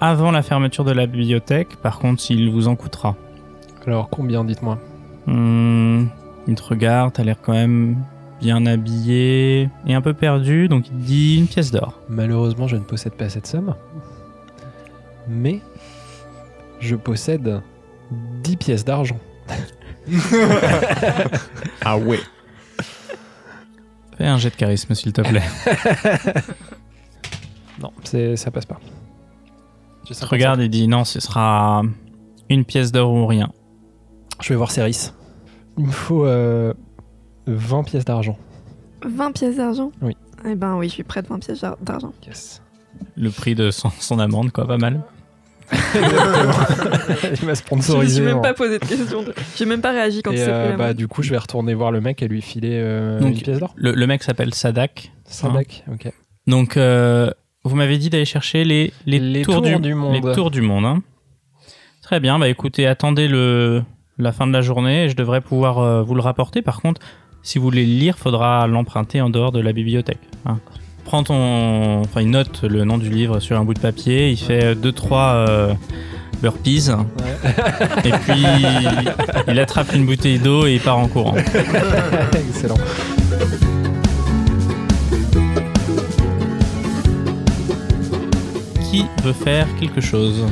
Speaker 3: avant la fermeture de la bibliothèque. Par contre, il vous en coûtera.
Speaker 7: Alors, combien, dites-moi
Speaker 3: Hmm, il te regarde, t'as l'air quand même bien habillé et un peu perdu, donc il te dit une pièce d'or.
Speaker 7: Malheureusement, je ne possède pas cette somme. Mais je possède 10 pièces d'argent.
Speaker 6: Ah ouais.
Speaker 3: Fais un jet de charisme, s'il te plaît.
Speaker 7: Non, c'est- ça passe pas. Je
Speaker 3: te regarde et dit non, ce sera une pièce d'or ou rien.
Speaker 7: Je vais voir Céris. Il me faut euh, 20 pièces d'argent.
Speaker 5: 20 pièces d'argent
Speaker 7: Oui.
Speaker 5: Eh ben oui, je suis prête 20 pièces d'ar- d'argent.
Speaker 7: Yes.
Speaker 3: Le prix de son, son amende, quoi, pas mal.
Speaker 7: <laughs> Il m'a
Speaker 5: Je me suis
Speaker 7: sponsorisé.
Speaker 5: même
Speaker 7: hein.
Speaker 5: pas posé de questions. de- J'ai même pas réagi quand
Speaker 7: Et,
Speaker 5: il s'est
Speaker 7: euh,
Speaker 5: pris la
Speaker 7: bah,
Speaker 5: main.
Speaker 7: du coup, je vais retourner voir le mec et lui filer euh,
Speaker 3: Donc, hein.
Speaker 7: une pièce d'or.
Speaker 3: Le, le mec s'appelle Sadak.
Speaker 7: Sadak, ok.
Speaker 3: Donc, euh, vous m'avez dit d'aller chercher les, les,
Speaker 7: Les tours du monde. <laughs>
Speaker 3: Les tours du monde. hein. Très bien, bah écoutez, attendez le, la fin de la journée et je devrais pouvoir euh, vous le rapporter. Par contre, si vous voulez le lire, faudra l'emprunter en dehors de la bibliothèque. hein. Prends ton. Enfin, il note le nom du livre sur un bout de papier, il fait euh, 2-3 burpees. Et puis, il attrape une bouteille d'eau et il part en courant.
Speaker 7: Excellent.
Speaker 3: Qui veut faire quelque chose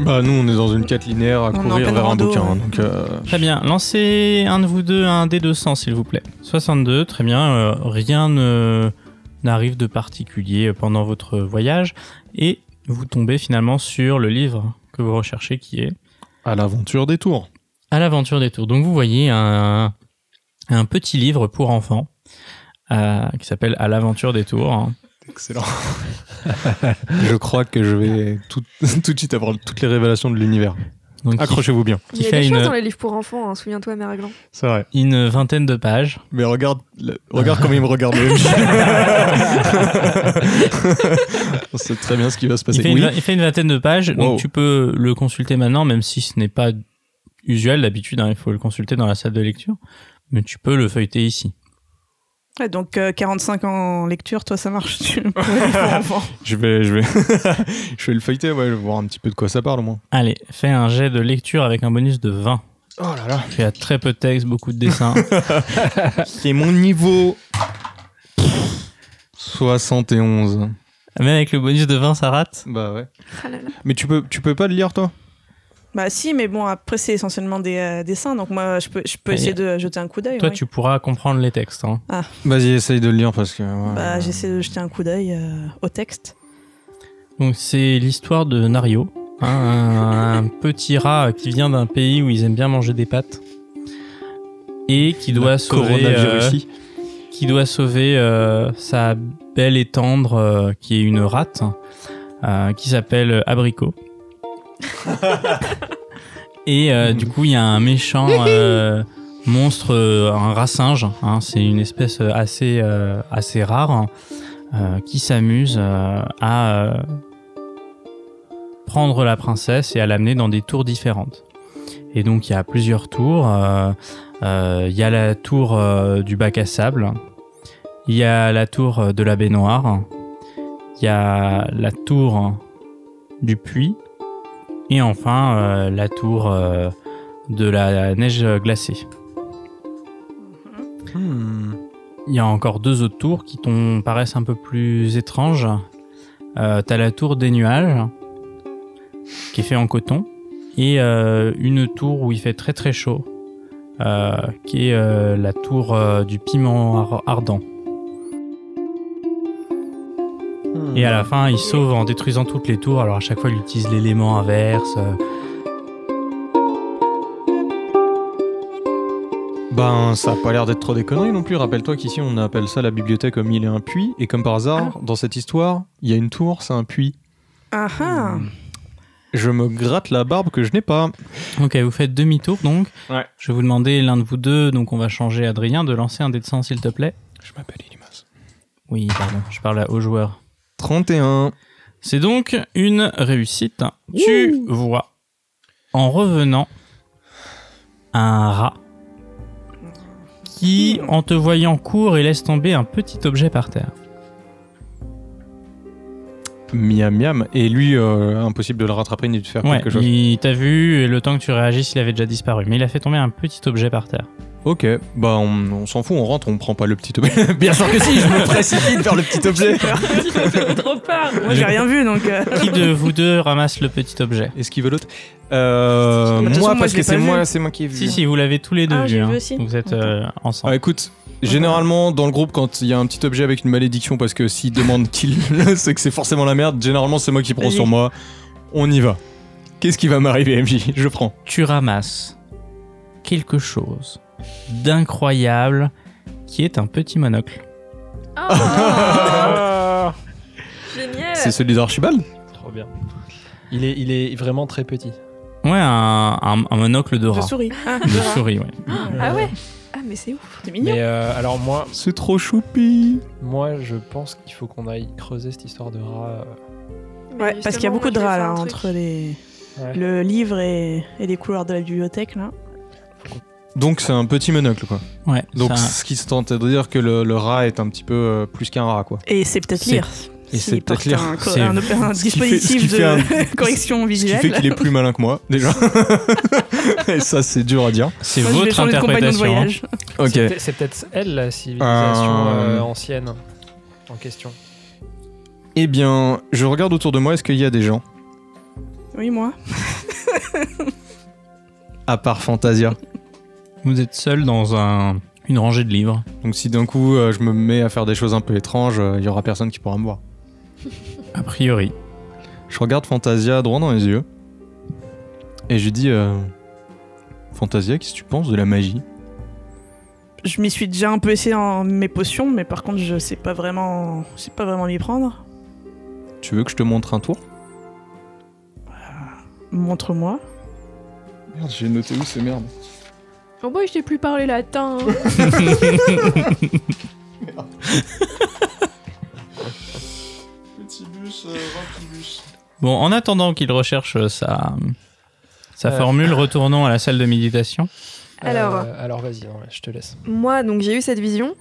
Speaker 6: Bah nous on est dans une quête linéaire à
Speaker 2: est en
Speaker 6: courir
Speaker 2: pleine
Speaker 6: vers un
Speaker 2: rando,
Speaker 6: bouquin,
Speaker 2: ouais.
Speaker 6: hein, donc euh,
Speaker 3: Très bien, lancez un de vous deux un D200 s'il vous plaît. 62, très bien, euh, rien ne- n'arrive de particulier pendant votre voyage et vous tombez finalement sur le livre que vous recherchez qui est
Speaker 6: à l'aventure des tours.
Speaker 3: À l'aventure des tours. Donc vous voyez un, un petit livre pour enfants euh, qui s'appelle À l'aventure des tours. hein.
Speaker 6: Excellent. <laughs> je crois que je vais tout, <laughs> tout de suite avoir toutes les révélations de l'univers. <laughs>
Speaker 3: Donc,
Speaker 6: Accrochez-vous bien.
Speaker 3: qui,
Speaker 5: Il y a
Speaker 3: fait
Speaker 5: des
Speaker 3: une,
Speaker 5: choses dans les livres pour enfants, hein, souviens-toi,
Speaker 2: <laughs>
Speaker 5: Mère Glan.
Speaker 6: C'est vrai.
Speaker 3: une vingtaine de pages.
Speaker 6: Mais regarde, le- regarde comment il me regarde. <laughs> le MJ. On sait très bien ce qui va se passer.
Speaker 3: Il fait,
Speaker 6: Oui.
Speaker 3: une, il fait une vingtaine de pages,
Speaker 6: Wow.
Speaker 3: donc tu peux le consulter maintenant, même si ce n'est pas usuel d'habitude, hein, il faut le consulter dans la salle de lecture, mais tu peux le feuilleter ici.
Speaker 2: Ouais, donc euh, 45 ans en lecture, toi ça marche. Tu... pour les enfants.
Speaker 6: Je vais, je vais, <laughs> je vais le feuilleter, ouais, je vais voir un petit peu de quoi ça parle au moins.
Speaker 3: Allez, fais un jet de lecture avec un bonus de 20.
Speaker 6: Oh là là.
Speaker 3: Tu as très peu de texte, beaucoup de
Speaker 6: <laughs>
Speaker 3: dessins.
Speaker 6: C'est mon niveau. 71.
Speaker 3: Même avec le bonus de 20, ça rate.
Speaker 6: Bah ouais.
Speaker 5: Ah là là.
Speaker 6: Mais tu peux, tu peux pas le lire toi
Speaker 2: bah si, mais bon, après c'est essentiellement des euh, dessins, donc moi je peux, je peux
Speaker 3: Et-
Speaker 2: essayer de jeter un coup d'œil.
Speaker 3: Toi,
Speaker 2: ouais.
Speaker 3: tu pourras comprendre les textes. hein.
Speaker 6: Vas-y, essaye de le lire parce que. ouais.
Speaker 2: Bah, j'essaie de jeter un coup d'œil euh, au texte.
Speaker 3: Donc c'est l'histoire de Nario, hein, un, un petit rat qui vient d'un pays où ils aiment bien manger des pâtes et qui doit sauver euh,
Speaker 6: Coronavirus.
Speaker 3: qui doit sauver euh, sa belle et tendre euh, qui est une rate euh, qui s'appelle Abricot. et euh, du coup il y a un méchant euh, monstre, euh, un rat singe, hein, c'est une espèce euh, assez euh, assez rare hein, euh, qui s'amuse euh, à euh, prendre la princesse et à l'amener dans des tours différentes. Et donc il y a plusieurs tours. euh, euh, Il y a la tour euh, du bac à sable. Il y a la tour euh, de la baignoire. Il y a la tour euh, du puits. Et enfin, euh, la tour euh, de la neige glacée. Il y a encore deux autres tours qui t'ont- paraissent un peu plus étranges. Euh, T'as la tour des nuages, qui est fait en coton, et euh, une tour où il fait très très chaud, euh, qui est euh, la tour euh, du piment ar- ardent. Et
Speaker 7: Hmm.
Speaker 3: à la fin, il sauve en détruisant toutes les tours. Alors à chaque fois, il utilise l'élément inverse. euh,
Speaker 6: Ben, ça a pas l'air d'être trop des conneries non plus. Rappelle-toi qu'ici, on appelle ça la bibliothèque comme il est un puits. Et comme par hasard, dans cette histoire, il y a une tour, c'est un puits.
Speaker 2: Ah ah
Speaker 6: Je me gratte la barbe que je n'ai pas.
Speaker 3: Ok, vous faites demi-tour donc.
Speaker 6: Ouais.
Speaker 3: Je vais vous demander l'un de vous deux, donc on va changer Adrien, de lancer un dé de 100 s'il te plaît.
Speaker 6: Je m'appelle Elimas.
Speaker 3: Oui, pardon, je parle à- aux joueurs.
Speaker 6: 31.
Speaker 3: C'est donc une réussite. Tu vois, en revenant, un rat qui, en te voyant, court et laisse tomber un petit objet par terre.
Speaker 6: Miam miam. Et lui, euh, impossible de le rattraper ni de faire
Speaker 3: Ouais,
Speaker 6: Ah, quelque chose.
Speaker 3: il t'a vu et le temps que tu réagisses, il avait déjà disparu. Mais il a fait tomber un petit objet par terre.
Speaker 6: Ok, bah on, on s'en fout, on rentre, on prend pas le petit objet. <laughs> Bien sûr que si, je me précipite vers le petit objet.
Speaker 2: Trop part Moi j'ai rien vu donc. euh,
Speaker 3: Qui de vous deux ramasse le petit objet
Speaker 6: Est-ce qu'il veut l'autre euh,
Speaker 2: De toute façon,
Speaker 6: Moi,
Speaker 2: moi,
Speaker 6: parce
Speaker 2: je
Speaker 6: que
Speaker 2: l'ai
Speaker 6: c'est
Speaker 2: pas vu.
Speaker 6: moi, c'est moi qui ai vu.
Speaker 3: Si, si, vous l'avez tous les deux
Speaker 2: Ah,
Speaker 3: vu.
Speaker 2: j'ai
Speaker 3: hein.
Speaker 2: vu aussi.
Speaker 3: Vous êtes euh, ensemble.
Speaker 6: Ah, écoute, généralement dans le groupe, quand il y a un petit objet avec une malédiction, parce que s'il demande qu'il <laughs> le, c'est que c'est forcément la merde, généralement c'est moi qui prends
Speaker 2: Vas-y.
Speaker 6: sur moi. On y va. Qu'est-ce qui va m'arriver, MJ Je prends.
Speaker 3: tu ramasses quelque chose d'incroyable qui est un petit monocle.
Speaker 2: <laughs>
Speaker 5: Oh,
Speaker 2: Euh.
Speaker 7: Ah,
Speaker 5: génial
Speaker 6: C'est celui d'Archibald
Speaker 7: Trop bien. Il est, il est vraiment très petit.
Speaker 3: Ouais, un, un- un monocle de
Speaker 2: Je
Speaker 3: rat.
Speaker 2: souris. Ah,
Speaker 3: De souris, ouais.
Speaker 5: Ah ouais Ah mais c'est ouf
Speaker 2: c'est mignon.
Speaker 7: Mais euh, alors moi,
Speaker 6: C'est trop choupi.
Speaker 7: moi, je pense qu'il faut qu'on aille creuser cette histoire de euh, rat.
Speaker 2: Ouais, parce qu'il y a beaucoup de rats là entre les...
Speaker 7: Ouais.
Speaker 2: le livre et... et les couleurs de la bibliothèque là.
Speaker 6: Donc c'est un petit monocle, quoi.
Speaker 3: ouais
Speaker 6: Donc
Speaker 3: ça-
Speaker 6: ce qui se tente de dire que le, le rat est un petit peu euh, plus qu'un rat, quoi.
Speaker 2: Et c'est peut-être
Speaker 3: C'est-
Speaker 2: lire.
Speaker 6: et c'est
Speaker 2: S'il
Speaker 6: peut-être
Speaker 2: porte
Speaker 6: lire.
Speaker 2: Un, co-
Speaker 3: C'est-
Speaker 2: un op- un
Speaker 6: ce qui fait-
Speaker 2: dispositif
Speaker 6: ce qui
Speaker 2: de
Speaker 6: fait
Speaker 2: <laughs> correction
Speaker 6: Ce qui
Speaker 2: visuelle.
Speaker 6: fait qu'il est plus malin que moi, déjà. <laughs> Et ça, c'est dur à dire.
Speaker 3: c'est
Speaker 2: Moi, je vais
Speaker 3: votre
Speaker 2: changer de compagnon de
Speaker 3: interprétation. hein.
Speaker 2: voyage.
Speaker 6: Ok.
Speaker 7: C'est peut- C'est peut-être elle la civilisation
Speaker 6: Euh,
Speaker 7: euh, ancienne en question.
Speaker 6: Eh bien, je regarde autour de moi, est-ce qu'il y a des gens
Speaker 2: Oui, moi.
Speaker 6: À part Fantasia.
Speaker 3: Vous êtes seul dans un- une rangée de livres.
Speaker 6: Donc si d'un coup, euh, je me mets à faire des choses un peu étranges, euh, il y aura personne qui pourra me voir.
Speaker 3: A priori.
Speaker 6: Je regarde Fantasia droit dans les yeux. Et je lui dis... euh, Fantasia, qu'est-ce que tu penses de la magie
Speaker 2: je m'y suis déjà un peu essayé en mes potions, mais par contre, je sais pas vraiment, je sais pas vraiment m'y prendre.
Speaker 6: Tu veux que je te montre un tour
Speaker 2: Montre-moi.
Speaker 8: Merde, j'ai noté où ces merdes
Speaker 5: Oh boy, je t'ai plus parlé latin. hein.
Speaker 8: Petit bus, euh, bus.
Speaker 3: Bon, en attendant qu'il recherche euh, sa, sa
Speaker 7: Euh.
Speaker 3: formule, retournons à la salle de méditation.
Speaker 5: Alors.
Speaker 7: Euh, alors vas-y, non, je te laisse.
Speaker 5: Moi, donc j'ai eu cette vision.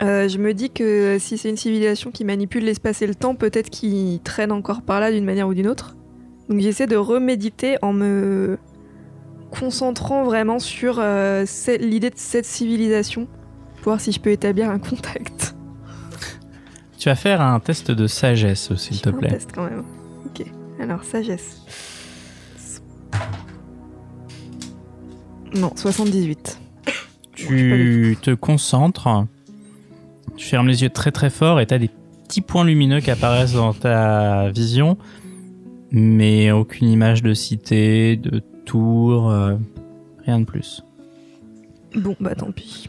Speaker 5: Euh, je me dis que si c'est une civilisation qui manipule l'espace et le temps, peut-être qu'ils traînent encore par là d'une manière ou d'une autre. Donc j'essaie de reméditer en me concentrant vraiment sur euh, cette- l'idée de cette civilisation, voir si je peux établir un contact.
Speaker 3: Tu vas faire un test de sagesse, s'il te
Speaker 5: Un
Speaker 3: plaît.
Speaker 5: test quand même. Ok. Alors sagesse. Non, 78. pas
Speaker 3: Tu te concentres, tu fermes les yeux très très fort et tu as des petits points lumineux qui apparaissent dans ta vision, mais aucune image de cité, de tour, euh, rien de plus.
Speaker 5: Bon, bah
Speaker 3: <laughs>
Speaker 5: tant pis.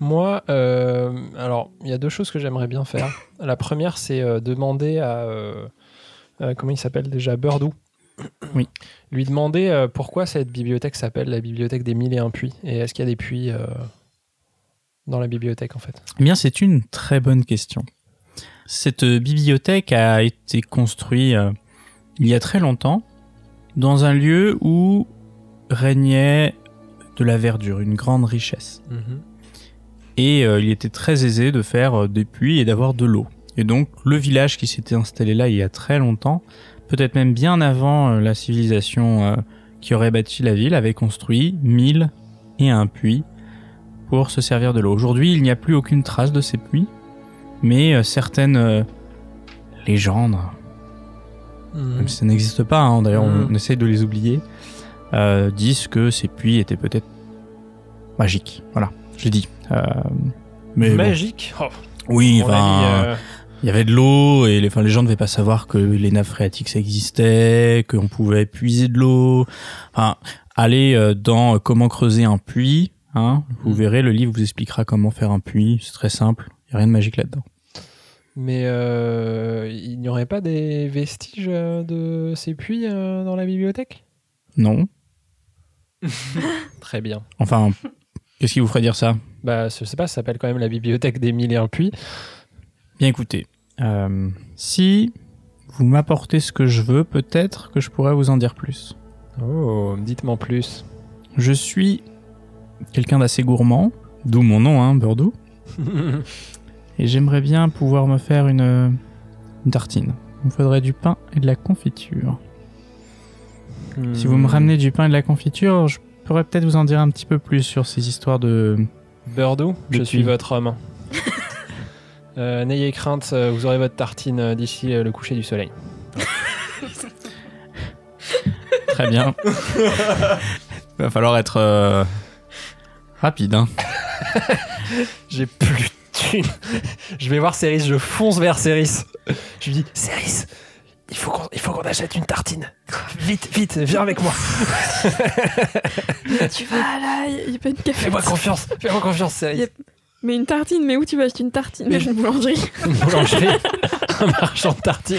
Speaker 7: Moi, euh, alors, il y a deux choses que j'aimerais bien faire. La première, c'est euh, demander à. euh, euh, comment il s'appelle déjà Birdou.
Speaker 3: Oui.
Speaker 7: Lui demander euh, pourquoi cette bibliothèque s'appelle la bibliothèque des mille et un puits. Et est-ce qu'il y a des puits euh, dans la bibliothèque, en fait
Speaker 3: Eh bien, c'est une très bonne question. Cette bibliothèque a été construite euh, il y a très longtemps dans un lieu où régnait de la verdure, une grande richesse.
Speaker 6: Mhm.
Speaker 3: et euh, il était très aisé de faire euh, des puits et d'avoir de l'eau. Et donc le village qui s'était installé là il y a très longtemps, peut-être même bien avant euh, la civilisation euh, qui aurait bâti la ville, avait construit mille et un puits pour se servir de l'eau. Aujourd'hui il n'y a plus aucune trace de ces puits, mais euh, certaines euh, légendes,
Speaker 7: Mhm.
Speaker 3: même si ça n'existe pas, hein, d'ailleurs on-
Speaker 7: Mhm.
Speaker 3: on, essaye de les oublier, euh, disent que ces puits étaient peut-être magiques. Voilà, je l'ai dit. Euh, mais bon.
Speaker 7: Magique Oh,
Speaker 3: Oui,
Speaker 7: on
Speaker 3: enfin,
Speaker 7: l'a mis, euh,
Speaker 3: il y avait de l'eau et les, enfin, les gens ne devaient pas savoir que les nappes phréatiques ça existait, qu'on pouvait puiser de l'eau. Enfin, allez euh, dans euh, comment creuser un puits. Hein,
Speaker 7: Mm.
Speaker 3: vous verrez, le livre vous expliquera comment faire un puits. C'est très simple. Il n'y a rien de magique là-dedans.
Speaker 7: Mais euh, il n'y aurait pas des vestiges euh, de ces puits euh, dans la bibliothèque
Speaker 3: Non.
Speaker 7: Très bien. <laughs>
Speaker 3: Enfin, qu'est-ce qui vous ferait dire ça
Speaker 7: Bah, je sais pas, ça s'appelle quand même la bibliothèque des mille et un puits.
Speaker 3: Bien écoutez, euh, si vous m'apportez ce que je veux, peut-être que je pourrais vous en dire plus.
Speaker 7: Oh, dites-moi <laughs> plus.
Speaker 3: Je suis quelqu'un d'assez gourmand, d'où mon nom, hein, Burdou. Et j'aimerais bien pouvoir me faire une, une tartine. Il me faudrait du pain et de la confiture. Si
Speaker 7: Hmm.
Speaker 3: vous me ramenez du pain et de la confiture, je pourrais peut-être vous en dire un petit peu plus sur ces histoires de...
Speaker 7: Birdou, Hmm. je
Speaker 3: Depuis.
Speaker 7: suis votre <laughs> homme. Euh, N'ayez crainte, euh, vous aurez votre tartine euh, d'ici euh, le coucher du soleil.
Speaker 3: Très
Speaker 7: <laughs>
Speaker 3: bien. Il va falloir être euh, rapide. Hein.
Speaker 7: J'ai plus de thunes. <laughs> je vais voir Céris, je fonce vers Céris. Je lui dis Céris, il faut qu'on il faut qu'on achète une tartine. Vite, vite, viens avec moi.
Speaker 5: tu vas là, il n'y a pas une café.
Speaker 7: Fais-moi confiance, fais-moi confiance,
Speaker 5: Y
Speaker 7: Céris.
Speaker 5: a Mais une tartine, mais où tu vas acheter une tartine <laughs> Dans une boulangerie.
Speaker 7: Une boulangerie, un marchand de tartines.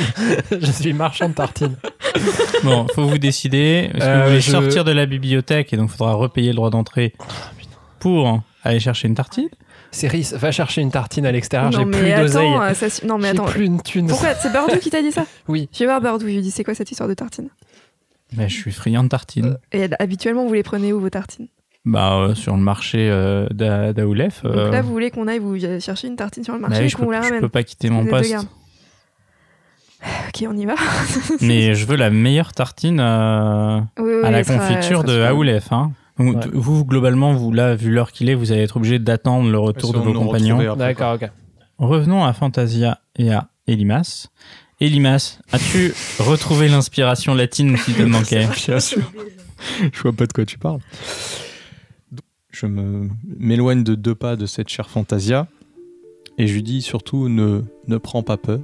Speaker 7: je suis marchand de tartines.
Speaker 3: Bon, faut vous décider. Est-ce que
Speaker 7: Euh,
Speaker 3: vous voulez
Speaker 7: je- Oh,
Speaker 3: sortir de la bibliothèque et donc faudra repayer le droit d'entrée pour aller chercher une tartine
Speaker 7: Céris, va chercher une tartine à
Speaker 3: Ah,
Speaker 7: l'extérieur, j'ai
Speaker 5: non,
Speaker 7: plus
Speaker 5: mais
Speaker 7: d'oseille.
Speaker 5: attends, euh, ça su- non, mais
Speaker 7: J'ai
Speaker 5: attends.
Speaker 7: plus une thune.
Speaker 5: Pourquoi C'est Bardou qui
Speaker 3: <laughs>
Speaker 5: t'a dit ça
Speaker 7: Oui.
Speaker 5: Je vais voir Bardou, je lui dis c'est quoi cette histoire de tartine
Speaker 3: Mais Je suis friand de tartines.
Speaker 7: Euh.
Speaker 5: Et habituellement, vous les prenez où vos tartines
Speaker 3: Bah, euh, sur le marché euh, d'A- d'Aoulef.
Speaker 5: Donc
Speaker 3: euh,
Speaker 5: là, vous voulez qu'on aille vous chercher une tartine sur le
Speaker 3: bah
Speaker 5: marché
Speaker 3: oui,
Speaker 5: et
Speaker 3: je
Speaker 5: qu'on vous
Speaker 3: peux,
Speaker 5: la
Speaker 3: je
Speaker 5: ramène
Speaker 3: peux pas quitter mon
Speaker 5: Vous êtes de
Speaker 3: poste.
Speaker 5: garde. <sighs> Ok, on y va.
Speaker 3: Mais je veux la meilleure tartine euh,
Speaker 5: Oui, oui,
Speaker 3: à la
Speaker 5: elle sera-
Speaker 3: confiture
Speaker 5: elle sera
Speaker 3: de
Speaker 5: super.
Speaker 3: Aoulef. Hein. Donc,
Speaker 7: Ouais.
Speaker 3: t- Vous, globalement, vous, là, vu l'heure qu'il est, vous allez être obligé d'attendre le retour de
Speaker 6: Essayons
Speaker 3: vos
Speaker 6: nous
Speaker 3: compagnons.
Speaker 6: retrouver après,
Speaker 7: D'accord, ok.
Speaker 3: Revenons à Fantasia et à Elimas. Elimas, <laughs> as-tu retrouvé l'inspiration latine qui te manquait
Speaker 6: <laughs> Bien sûr. Je vois pas de quoi tu parles. Je me m'éloigne de deux pas de cette chère Fantasia et je lui dis surtout ne, ne prends pas peur,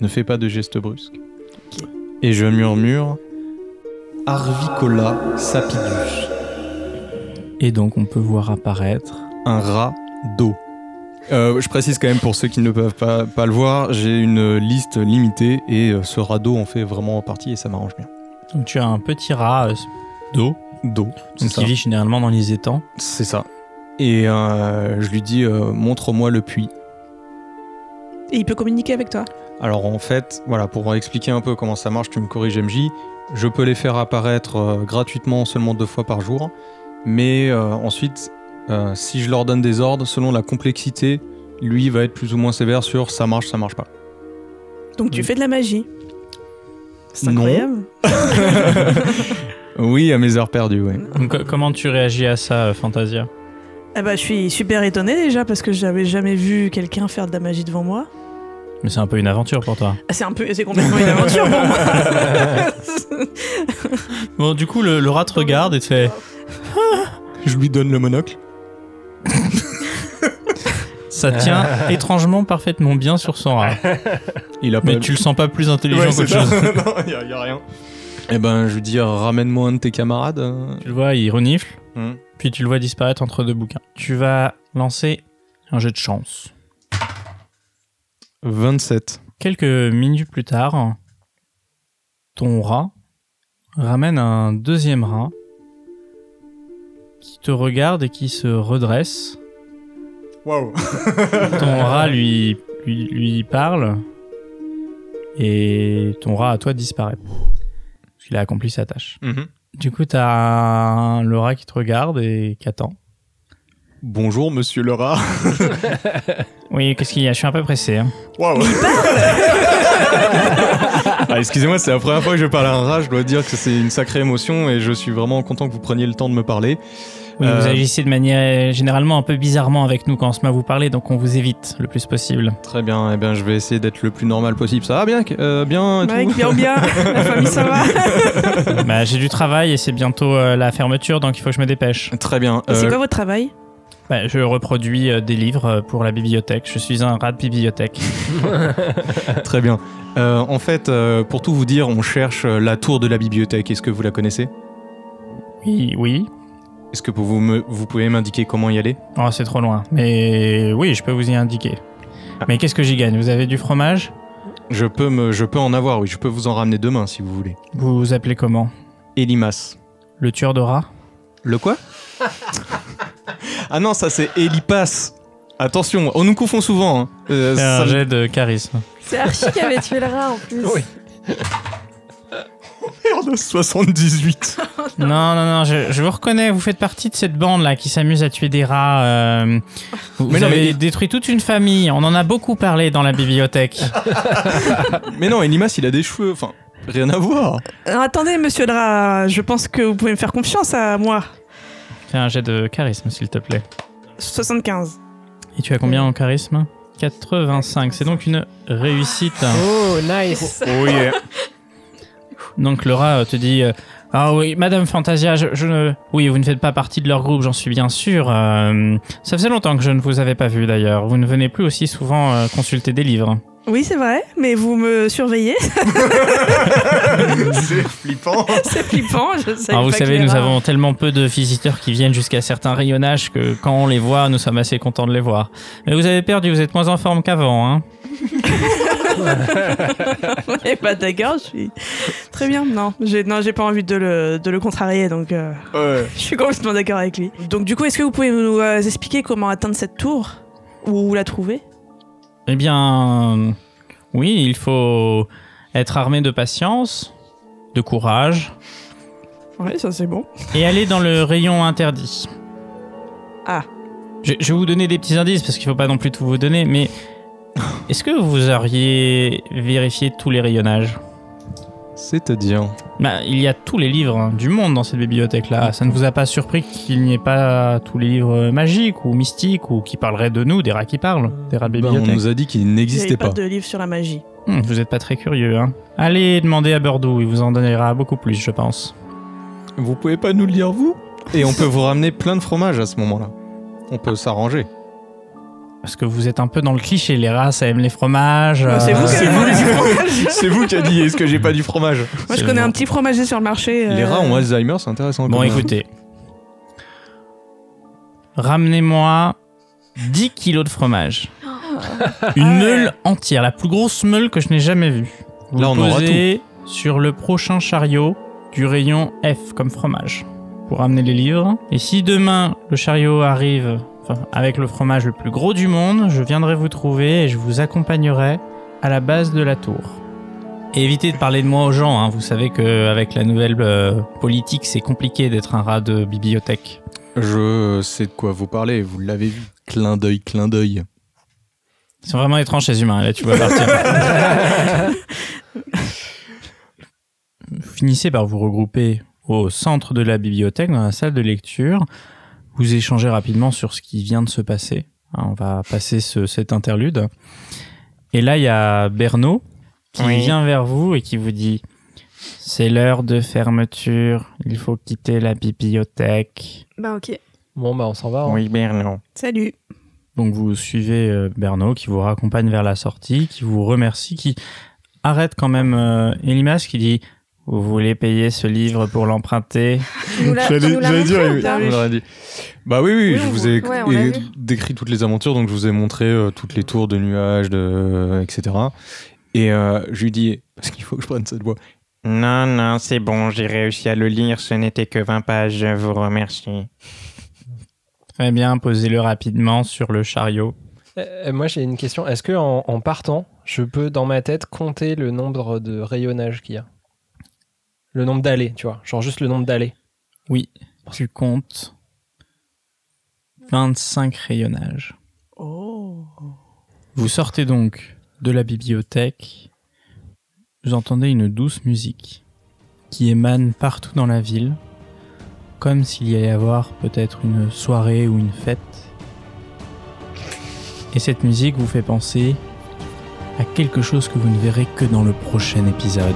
Speaker 6: ne fais pas de gestes brusques. Et je murmure Arvicola sapidus,
Speaker 3: Et donc, on peut voir apparaître
Speaker 6: un rat Euh, je précise quand même pour ceux qui ne peuvent pas, pas le voir, j'ai une liste limitée et euh, ce radeau en fait vraiment partie et ça m'arrange bien.
Speaker 3: Donc tu as un petit rat euh, d'eau
Speaker 6: D'eau, c'est
Speaker 3: donc
Speaker 6: ça.
Speaker 3: qui vit généralement dans les étangs.
Speaker 6: C'est ça. Et euh, je lui dis euh, montre-moi le puits.
Speaker 2: Et il peut communiquer avec toi.
Speaker 6: Alors en fait, voilà, pour expliquer un peu comment ça marche, tu me corriges MJ, je peux les faire apparaître euh, gratuitement seulement deux fois par jour, mais euh, ensuite, euh, si je leur donne des ordres, selon la complexité, lui va être plus ou moins sévère sur ça marche, ça marche pas.
Speaker 2: Donc tu fais de la magie. C'est
Speaker 6: Non.
Speaker 2: incroyable.
Speaker 6: Oui, à mes heures perdues, oui.
Speaker 3: Donc, co- comment tu réagis à ça, euh, Fantasia
Speaker 2: Eh ben, je suis super étonnée déjà parce que j'avais jamais vu quelqu'un faire de la magie devant moi.
Speaker 3: Mais c'est un peu une aventure pour toi.
Speaker 2: Ah, C'est un peu, c'est complètement une aventure pour
Speaker 3: <laughs>
Speaker 2: moi.
Speaker 3: Bon, du coup, le, le rat te regarde et te fait
Speaker 6: Je lui donne le monocle.
Speaker 3: Ça <laughs> tient étrangement parfaitement bien sur son rat.
Speaker 6: Il a pas.
Speaker 3: Ah, Mais tu le sens pas plus intelligent
Speaker 6: Bah, Ouais, c'est
Speaker 3: qu'autre
Speaker 6: ça.
Speaker 3: chose.
Speaker 6: <laughs> non, y a, y a rien. Eh ben, je lui dis ramène-moi un de tes camarades. euh.
Speaker 3: Tu le vois, il renifle,
Speaker 6: Hmm.
Speaker 3: puis tu le vois disparaître entre deux bouquins. Tu vas lancer un jet de chance.
Speaker 6: 27.
Speaker 3: Quelques minutes plus tard, ton rat ramène un deuxième rat qui te regarde et qui se redresse.
Speaker 6: Waouh.
Speaker 3: Ton
Speaker 6: <laughs>
Speaker 3: rat lui, lui, lui parle et ton rat à toi disparaît. Parce qu'il a accompli sa tâche.
Speaker 6: Mhm.
Speaker 3: Du coup, t'as un- le rat qui te regarde et qui attend.
Speaker 6: Bonjour, monsieur le rat.
Speaker 3: Oui, qu'est-ce qu'il y a Je suis un peu pressé. hein.
Speaker 6: Waouh. <laughs> Ah, Excusez-moi, c'est la première fois que je parle à un rat. Je dois dire que c'est une sacrée émotion et je suis vraiment content que vous preniez le temps de me parler.
Speaker 3: Oui,
Speaker 6: Euh,
Speaker 3: vous agissez de manière euh, généralement un peu bizarrement avec nous quand on se met à vous parler, donc on vous évite le plus <laughs> possible.
Speaker 6: Très bien. Eh ben, je vais essayer d'être le plus normal possible. Ça va bien, euh, bien. et tout
Speaker 2: Mec, bien, bien. La famille, ça va.
Speaker 3: bah, j'ai du travail et c'est bientôt euh, la fermeture, donc il faut que je me dépêche.
Speaker 6: <laughs> Très bien.
Speaker 2: Et Ah, C'est
Speaker 6: Euh,
Speaker 2: quoi votre travail
Speaker 3: Bah, je reproduis euh, des livres euh, pour la bibliothèque. Je suis un rat de bibliothèque.
Speaker 6: Très bien. Euh, en fait, euh, pour tout vous dire, on cherche euh, la tour de la bibliothèque. Est-ce que vous la connaissez
Speaker 3: Oui, oui.
Speaker 6: Est-ce que vous, me- vous pouvez m'indiquer comment y aller
Speaker 3: Oh, c'est trop loin. Mais oui, je peux vous y indiquer. Mais qu'est-ce que j'y gagne Vous avez du fromage
Speaker 6: je peux, me, je peux en avoir, oui. Je peux vous en ramener demain si vous voulez.
Speaker 3: Vous vous appelez comment
Speaker 6: Elimas.
Speaker 3: Le tueur de rats
Speaker 6: Le quoi Ah non, ça c'est Elipas. Attention, on nous confond souvent. hein. Euh,
Speaker 3: C'est un
Speaker 6: ça-
Speaker 3: jet de charisme.
Speaker 5: C'est Archie qui avait tué le rat en plus.
Speaker 7: Oui.
Speaker 6: Merde, 78.
Speaker 3: Non, non, non, je, je vous reconnais, vous faites partie de cette bande-là qui s'amuse à tuer des rats. euh, vous
Speaker 6: Mais
Speaker 3: vous
Speaker 6: non,
Speaker 3: avez
Speaker 6: mais-
Speaker 3: détruit toute une famille, on en a beaucoup parlé dans la <laughs> bibliothèque.
Speaker 6: Mais non, Elimas, il a des cheveux. Enfin, rien à voir.
Speaker 2: Euh, Attendez, monsieur le rat, je pense que vous pouvez me faire confiance à moi.
Speaker 3: Fais un jet de charisme, s'il te plaît.
Speaker 2: 75.
Speaker 3: Et tu as combien en charisme 85, c'est donc une réussite.
Speaker 4: Oh, nice.
Speaker 7: euh,
Speaker 6: Oui.
Speaker 3: Donc le rat euh, te dit euh, Ah oui, Madame Fantasia, je, je ne. Oui, vous ne faites pas partie de leur groupe, j'en suis bien sûr. euh, ça faisait longtemps que je ne vous avais pas vu d'ailleurs. Vous ne venez plus aussi souvent euh, consulter des livres.
Speaker 2: Oui, c'est vrai, mais vous me surveillez.
Speaker 6: <laughs>
Speaker 2: <laughs>
Speaker 6: C'est flippant.
Speaker 2: C'est flippant, je sais.
Speaker 3: Alors Ah, vous
Speaker 2: pas que
Speaker 3: savez,
Speaker 2: les
Speaker 3: nous
Speaker 2: rats-
Speaker 3: avons tellement peu de visiteurs qui viennent jusqu'à certains rayonnages que quand on les voit, nous sommes assez contents de les voir. Mais vous avez perdu, vous êtes moins en forme qu'avant. Hein
Speaker 2: <laughs> Eh ben, d'accord, je suis. Très bien, non. J'ai, non, j'ai pas envie de le, de le contrarier, donc euh,
Speaker 6: Ouais.
Speaker 2: je suis complètement d'accord avec lui. Donc, du coup, est-ce que vous pouvez nous euh, expliquer comment atteindre cette tour Ou où la trouver
Speaker 3: eh bien, euh, oui, il faut être armé de patience, de courage
Speaker 2: Oui, ça c'est bon.
Speaker 3: et aller dans le rayon interdit.
Speaker 2: Ah.
Speaker 3: Je, je vais vous donner des petits indices parce qu'il ne faut pas non plus tout vous donner, mais est-ce que vous auriez vérifié tous les rayonnages
Speaker 6: C'est-à-dire.
Speaker 3: Bah, il y a tous les livres hein, du monde dans cette bibliothèque-là. Ça ne vous a pas surpris qu'il n'y ait pas tous les livres euh, magiques ou mystiques ou qui parleraient de nous, des rats qui parlent, des rats de
Speaker 6: Ben, on
Speaker 3: bibliothèque.
Speaker 6: nous a dit qu'il
Speaker 2: Il n'y
Speaker 6: n'existait
Speaker 2: avait pas.
Speaker 6: pas.
Speaker 2: de livre sur la magie.
Speaker 3: Hmm, vous n'êtes pas très curieux, hein. Allez demander à Bordeaux, il vous en donnera beaucoup plus, je pense.
Speaker 6: Vous pouvez pas nous le dire, vous Et on peut vous ramener plein de fromage à ce moment-là. On peut s'arranger.
Speaker 3: Parce que vous êtes un peu dans le cliché, les rats, ça aime les fromages. euh,
Speaker 2: Non, Ah, c'est vous qui
Speaker 3: c'est
Speaker 2: avez
Speaker 3: vous.
Speaker 6: <laughs>
Speaker 2: demandé.
Speaker 6: C'est vous qui a dit est-ce que j'ai pas du fromage
Speaker 2: Moi, je
Speaker 3: C'est
Speaker 2: connais
Speaker 3: bon.
Speaker 2: un petit fromager sur le marché.
Speaker 6: Les
Speaker 2: euh,
Speaker 6: rats ont Alzheimer, c'est intéressant.
Speaker 3: Bon,
Speaker 6: comme-
Speaker 3: écoutez. Ramenez-moi 10 kilos de fromage. <laughs> Une meule entière, la plus grosse meule que je n'ai jamais vue. Vous
Speaker 6: Là, on aura
Speaker 3: posez sur le prochain chariot du rayon F comme fromage pour amener les livres. Et si demain le chariot arrive enfin, avec le fromage le plus gros du monde, je viendrai vous trouver et je vous accompagnerai à la base de la tour. Et évitez de parler de moi aux gens. hein. Vous savez que avec la nouvelle euh, politique, c'est compliqué d'être un rat de bibliothèque.
Speaker 6: Je sais de quoi vous parlez, vous l'avez vu. Clin d'œil, clin d'œil.
Speaker 3: Ils sont vraiment étranges ces humains. Là, tu vas partir. vous finissez par vous regrouper au centre de la bibliothèque, dans la salle de lecture. Vous échangez rapidement sur ce qui vient de se passer. Hein, On va passer ce- cet interlude. Et là, il y a Bernaud qui
Speaker 4: Oui.
Speaker 3: vient vers vous et qui vous dit C'est l'heure de fermeture. Il faut quitter la bibliothèque.
Speaker 5: Bah ok.
Speaker 7: Bon, bah, on s'en va. hein.
Speaker 4: Oui, Berlin.
Speaker 2: Salut.
Speaker 3: Donc vous suivez euh, Bernaud qui vous raccompagne vers la sortie, qui vous remercie, qui arrête quand même euh, Elimas qui dit Vous voulez payer ce livre pour l'emprunter
Speaker 5: Tu nous l'as- tu nous hein, l'as montré ou pas
Speaker 6: on l'aurait dit. Bah oui, oui,
Speaker 5: Oui,
Speaker 6: je
Speaker 5: on
Speaker 6: vous
Speaker 5: vous-
Speaker 6: ai
Speaker 5: ouais, on l'a
Speaker 6: é-
Speaker 5: vu.
Speaker 6: décrit toutes les aventures, donc je vous ai montré euh, toutes les tours de nuages, de, etc. Et euh, je lui dis, parce qu'il faut que je prenne cette voix.
Speaker 4: Non, non, c'est bon, j'ai réussi à le lire, ce n'était que 20 pages, je vous remercie.
Speaker 3: Très Eh bien, posez-le rapidement sur le chariot.
Speaker 7: Euh, euh, moi, j'ai une question. Est-ce que en, en partant, je peux dans ma tête compter le nombre de rayonnages qu'il y a Le nombre d'allées, tu vois. Genre juste le nombre d'allées.
Speaker 3: Oui, tu comptes 25 rayonnages.
Speaker 2: Oh.
Speaker 3: Vous sortez donc de la bibliothèque. Vous entendez une douce musique qui émane partout dans la ville, comme s'il y allait avoir peut-être une soirée ou une fête. Et cette musique vous fait penser à quelque chose que vous ne verrez que dans le prochain épisode.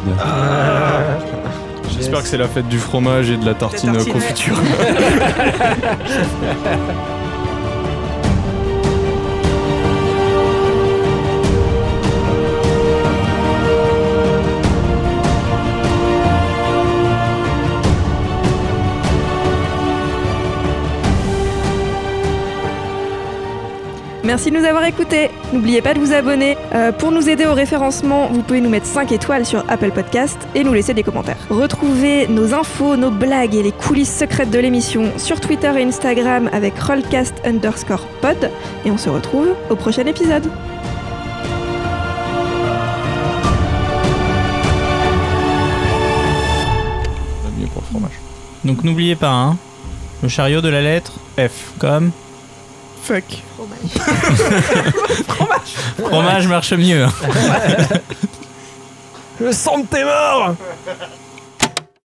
Speaker 6: J'espère que c'est la fête du fromage et de la tartine, euh,
Speaker 2: tartine, ouais.
Speaker 6: confiture.
Speaker 5: Merci de nous avoir écoutés. N'oubliez pas de vous abonner. Euh, pour nous aider au référencement, vous pouvez nous mettre 5 étoiles sur Apple Podcast et nous laisser des commentaires. Retrouvez nos infos, nos blagues et les coulisses secrètes de l'émission sur Twitter et Instagram avec Rollcast underscore pod. Et on se retrouve au prochain épisode.
Speaker 6: Mieux pour le fromage.
Speaker 3: Donc n'oubliez pas, hein, le chariot de la lettre F comme
Speaker 2: Fuck.
Speaker 3: fromage marche mieux. hein.
Speaker 7: Le sang de tes morts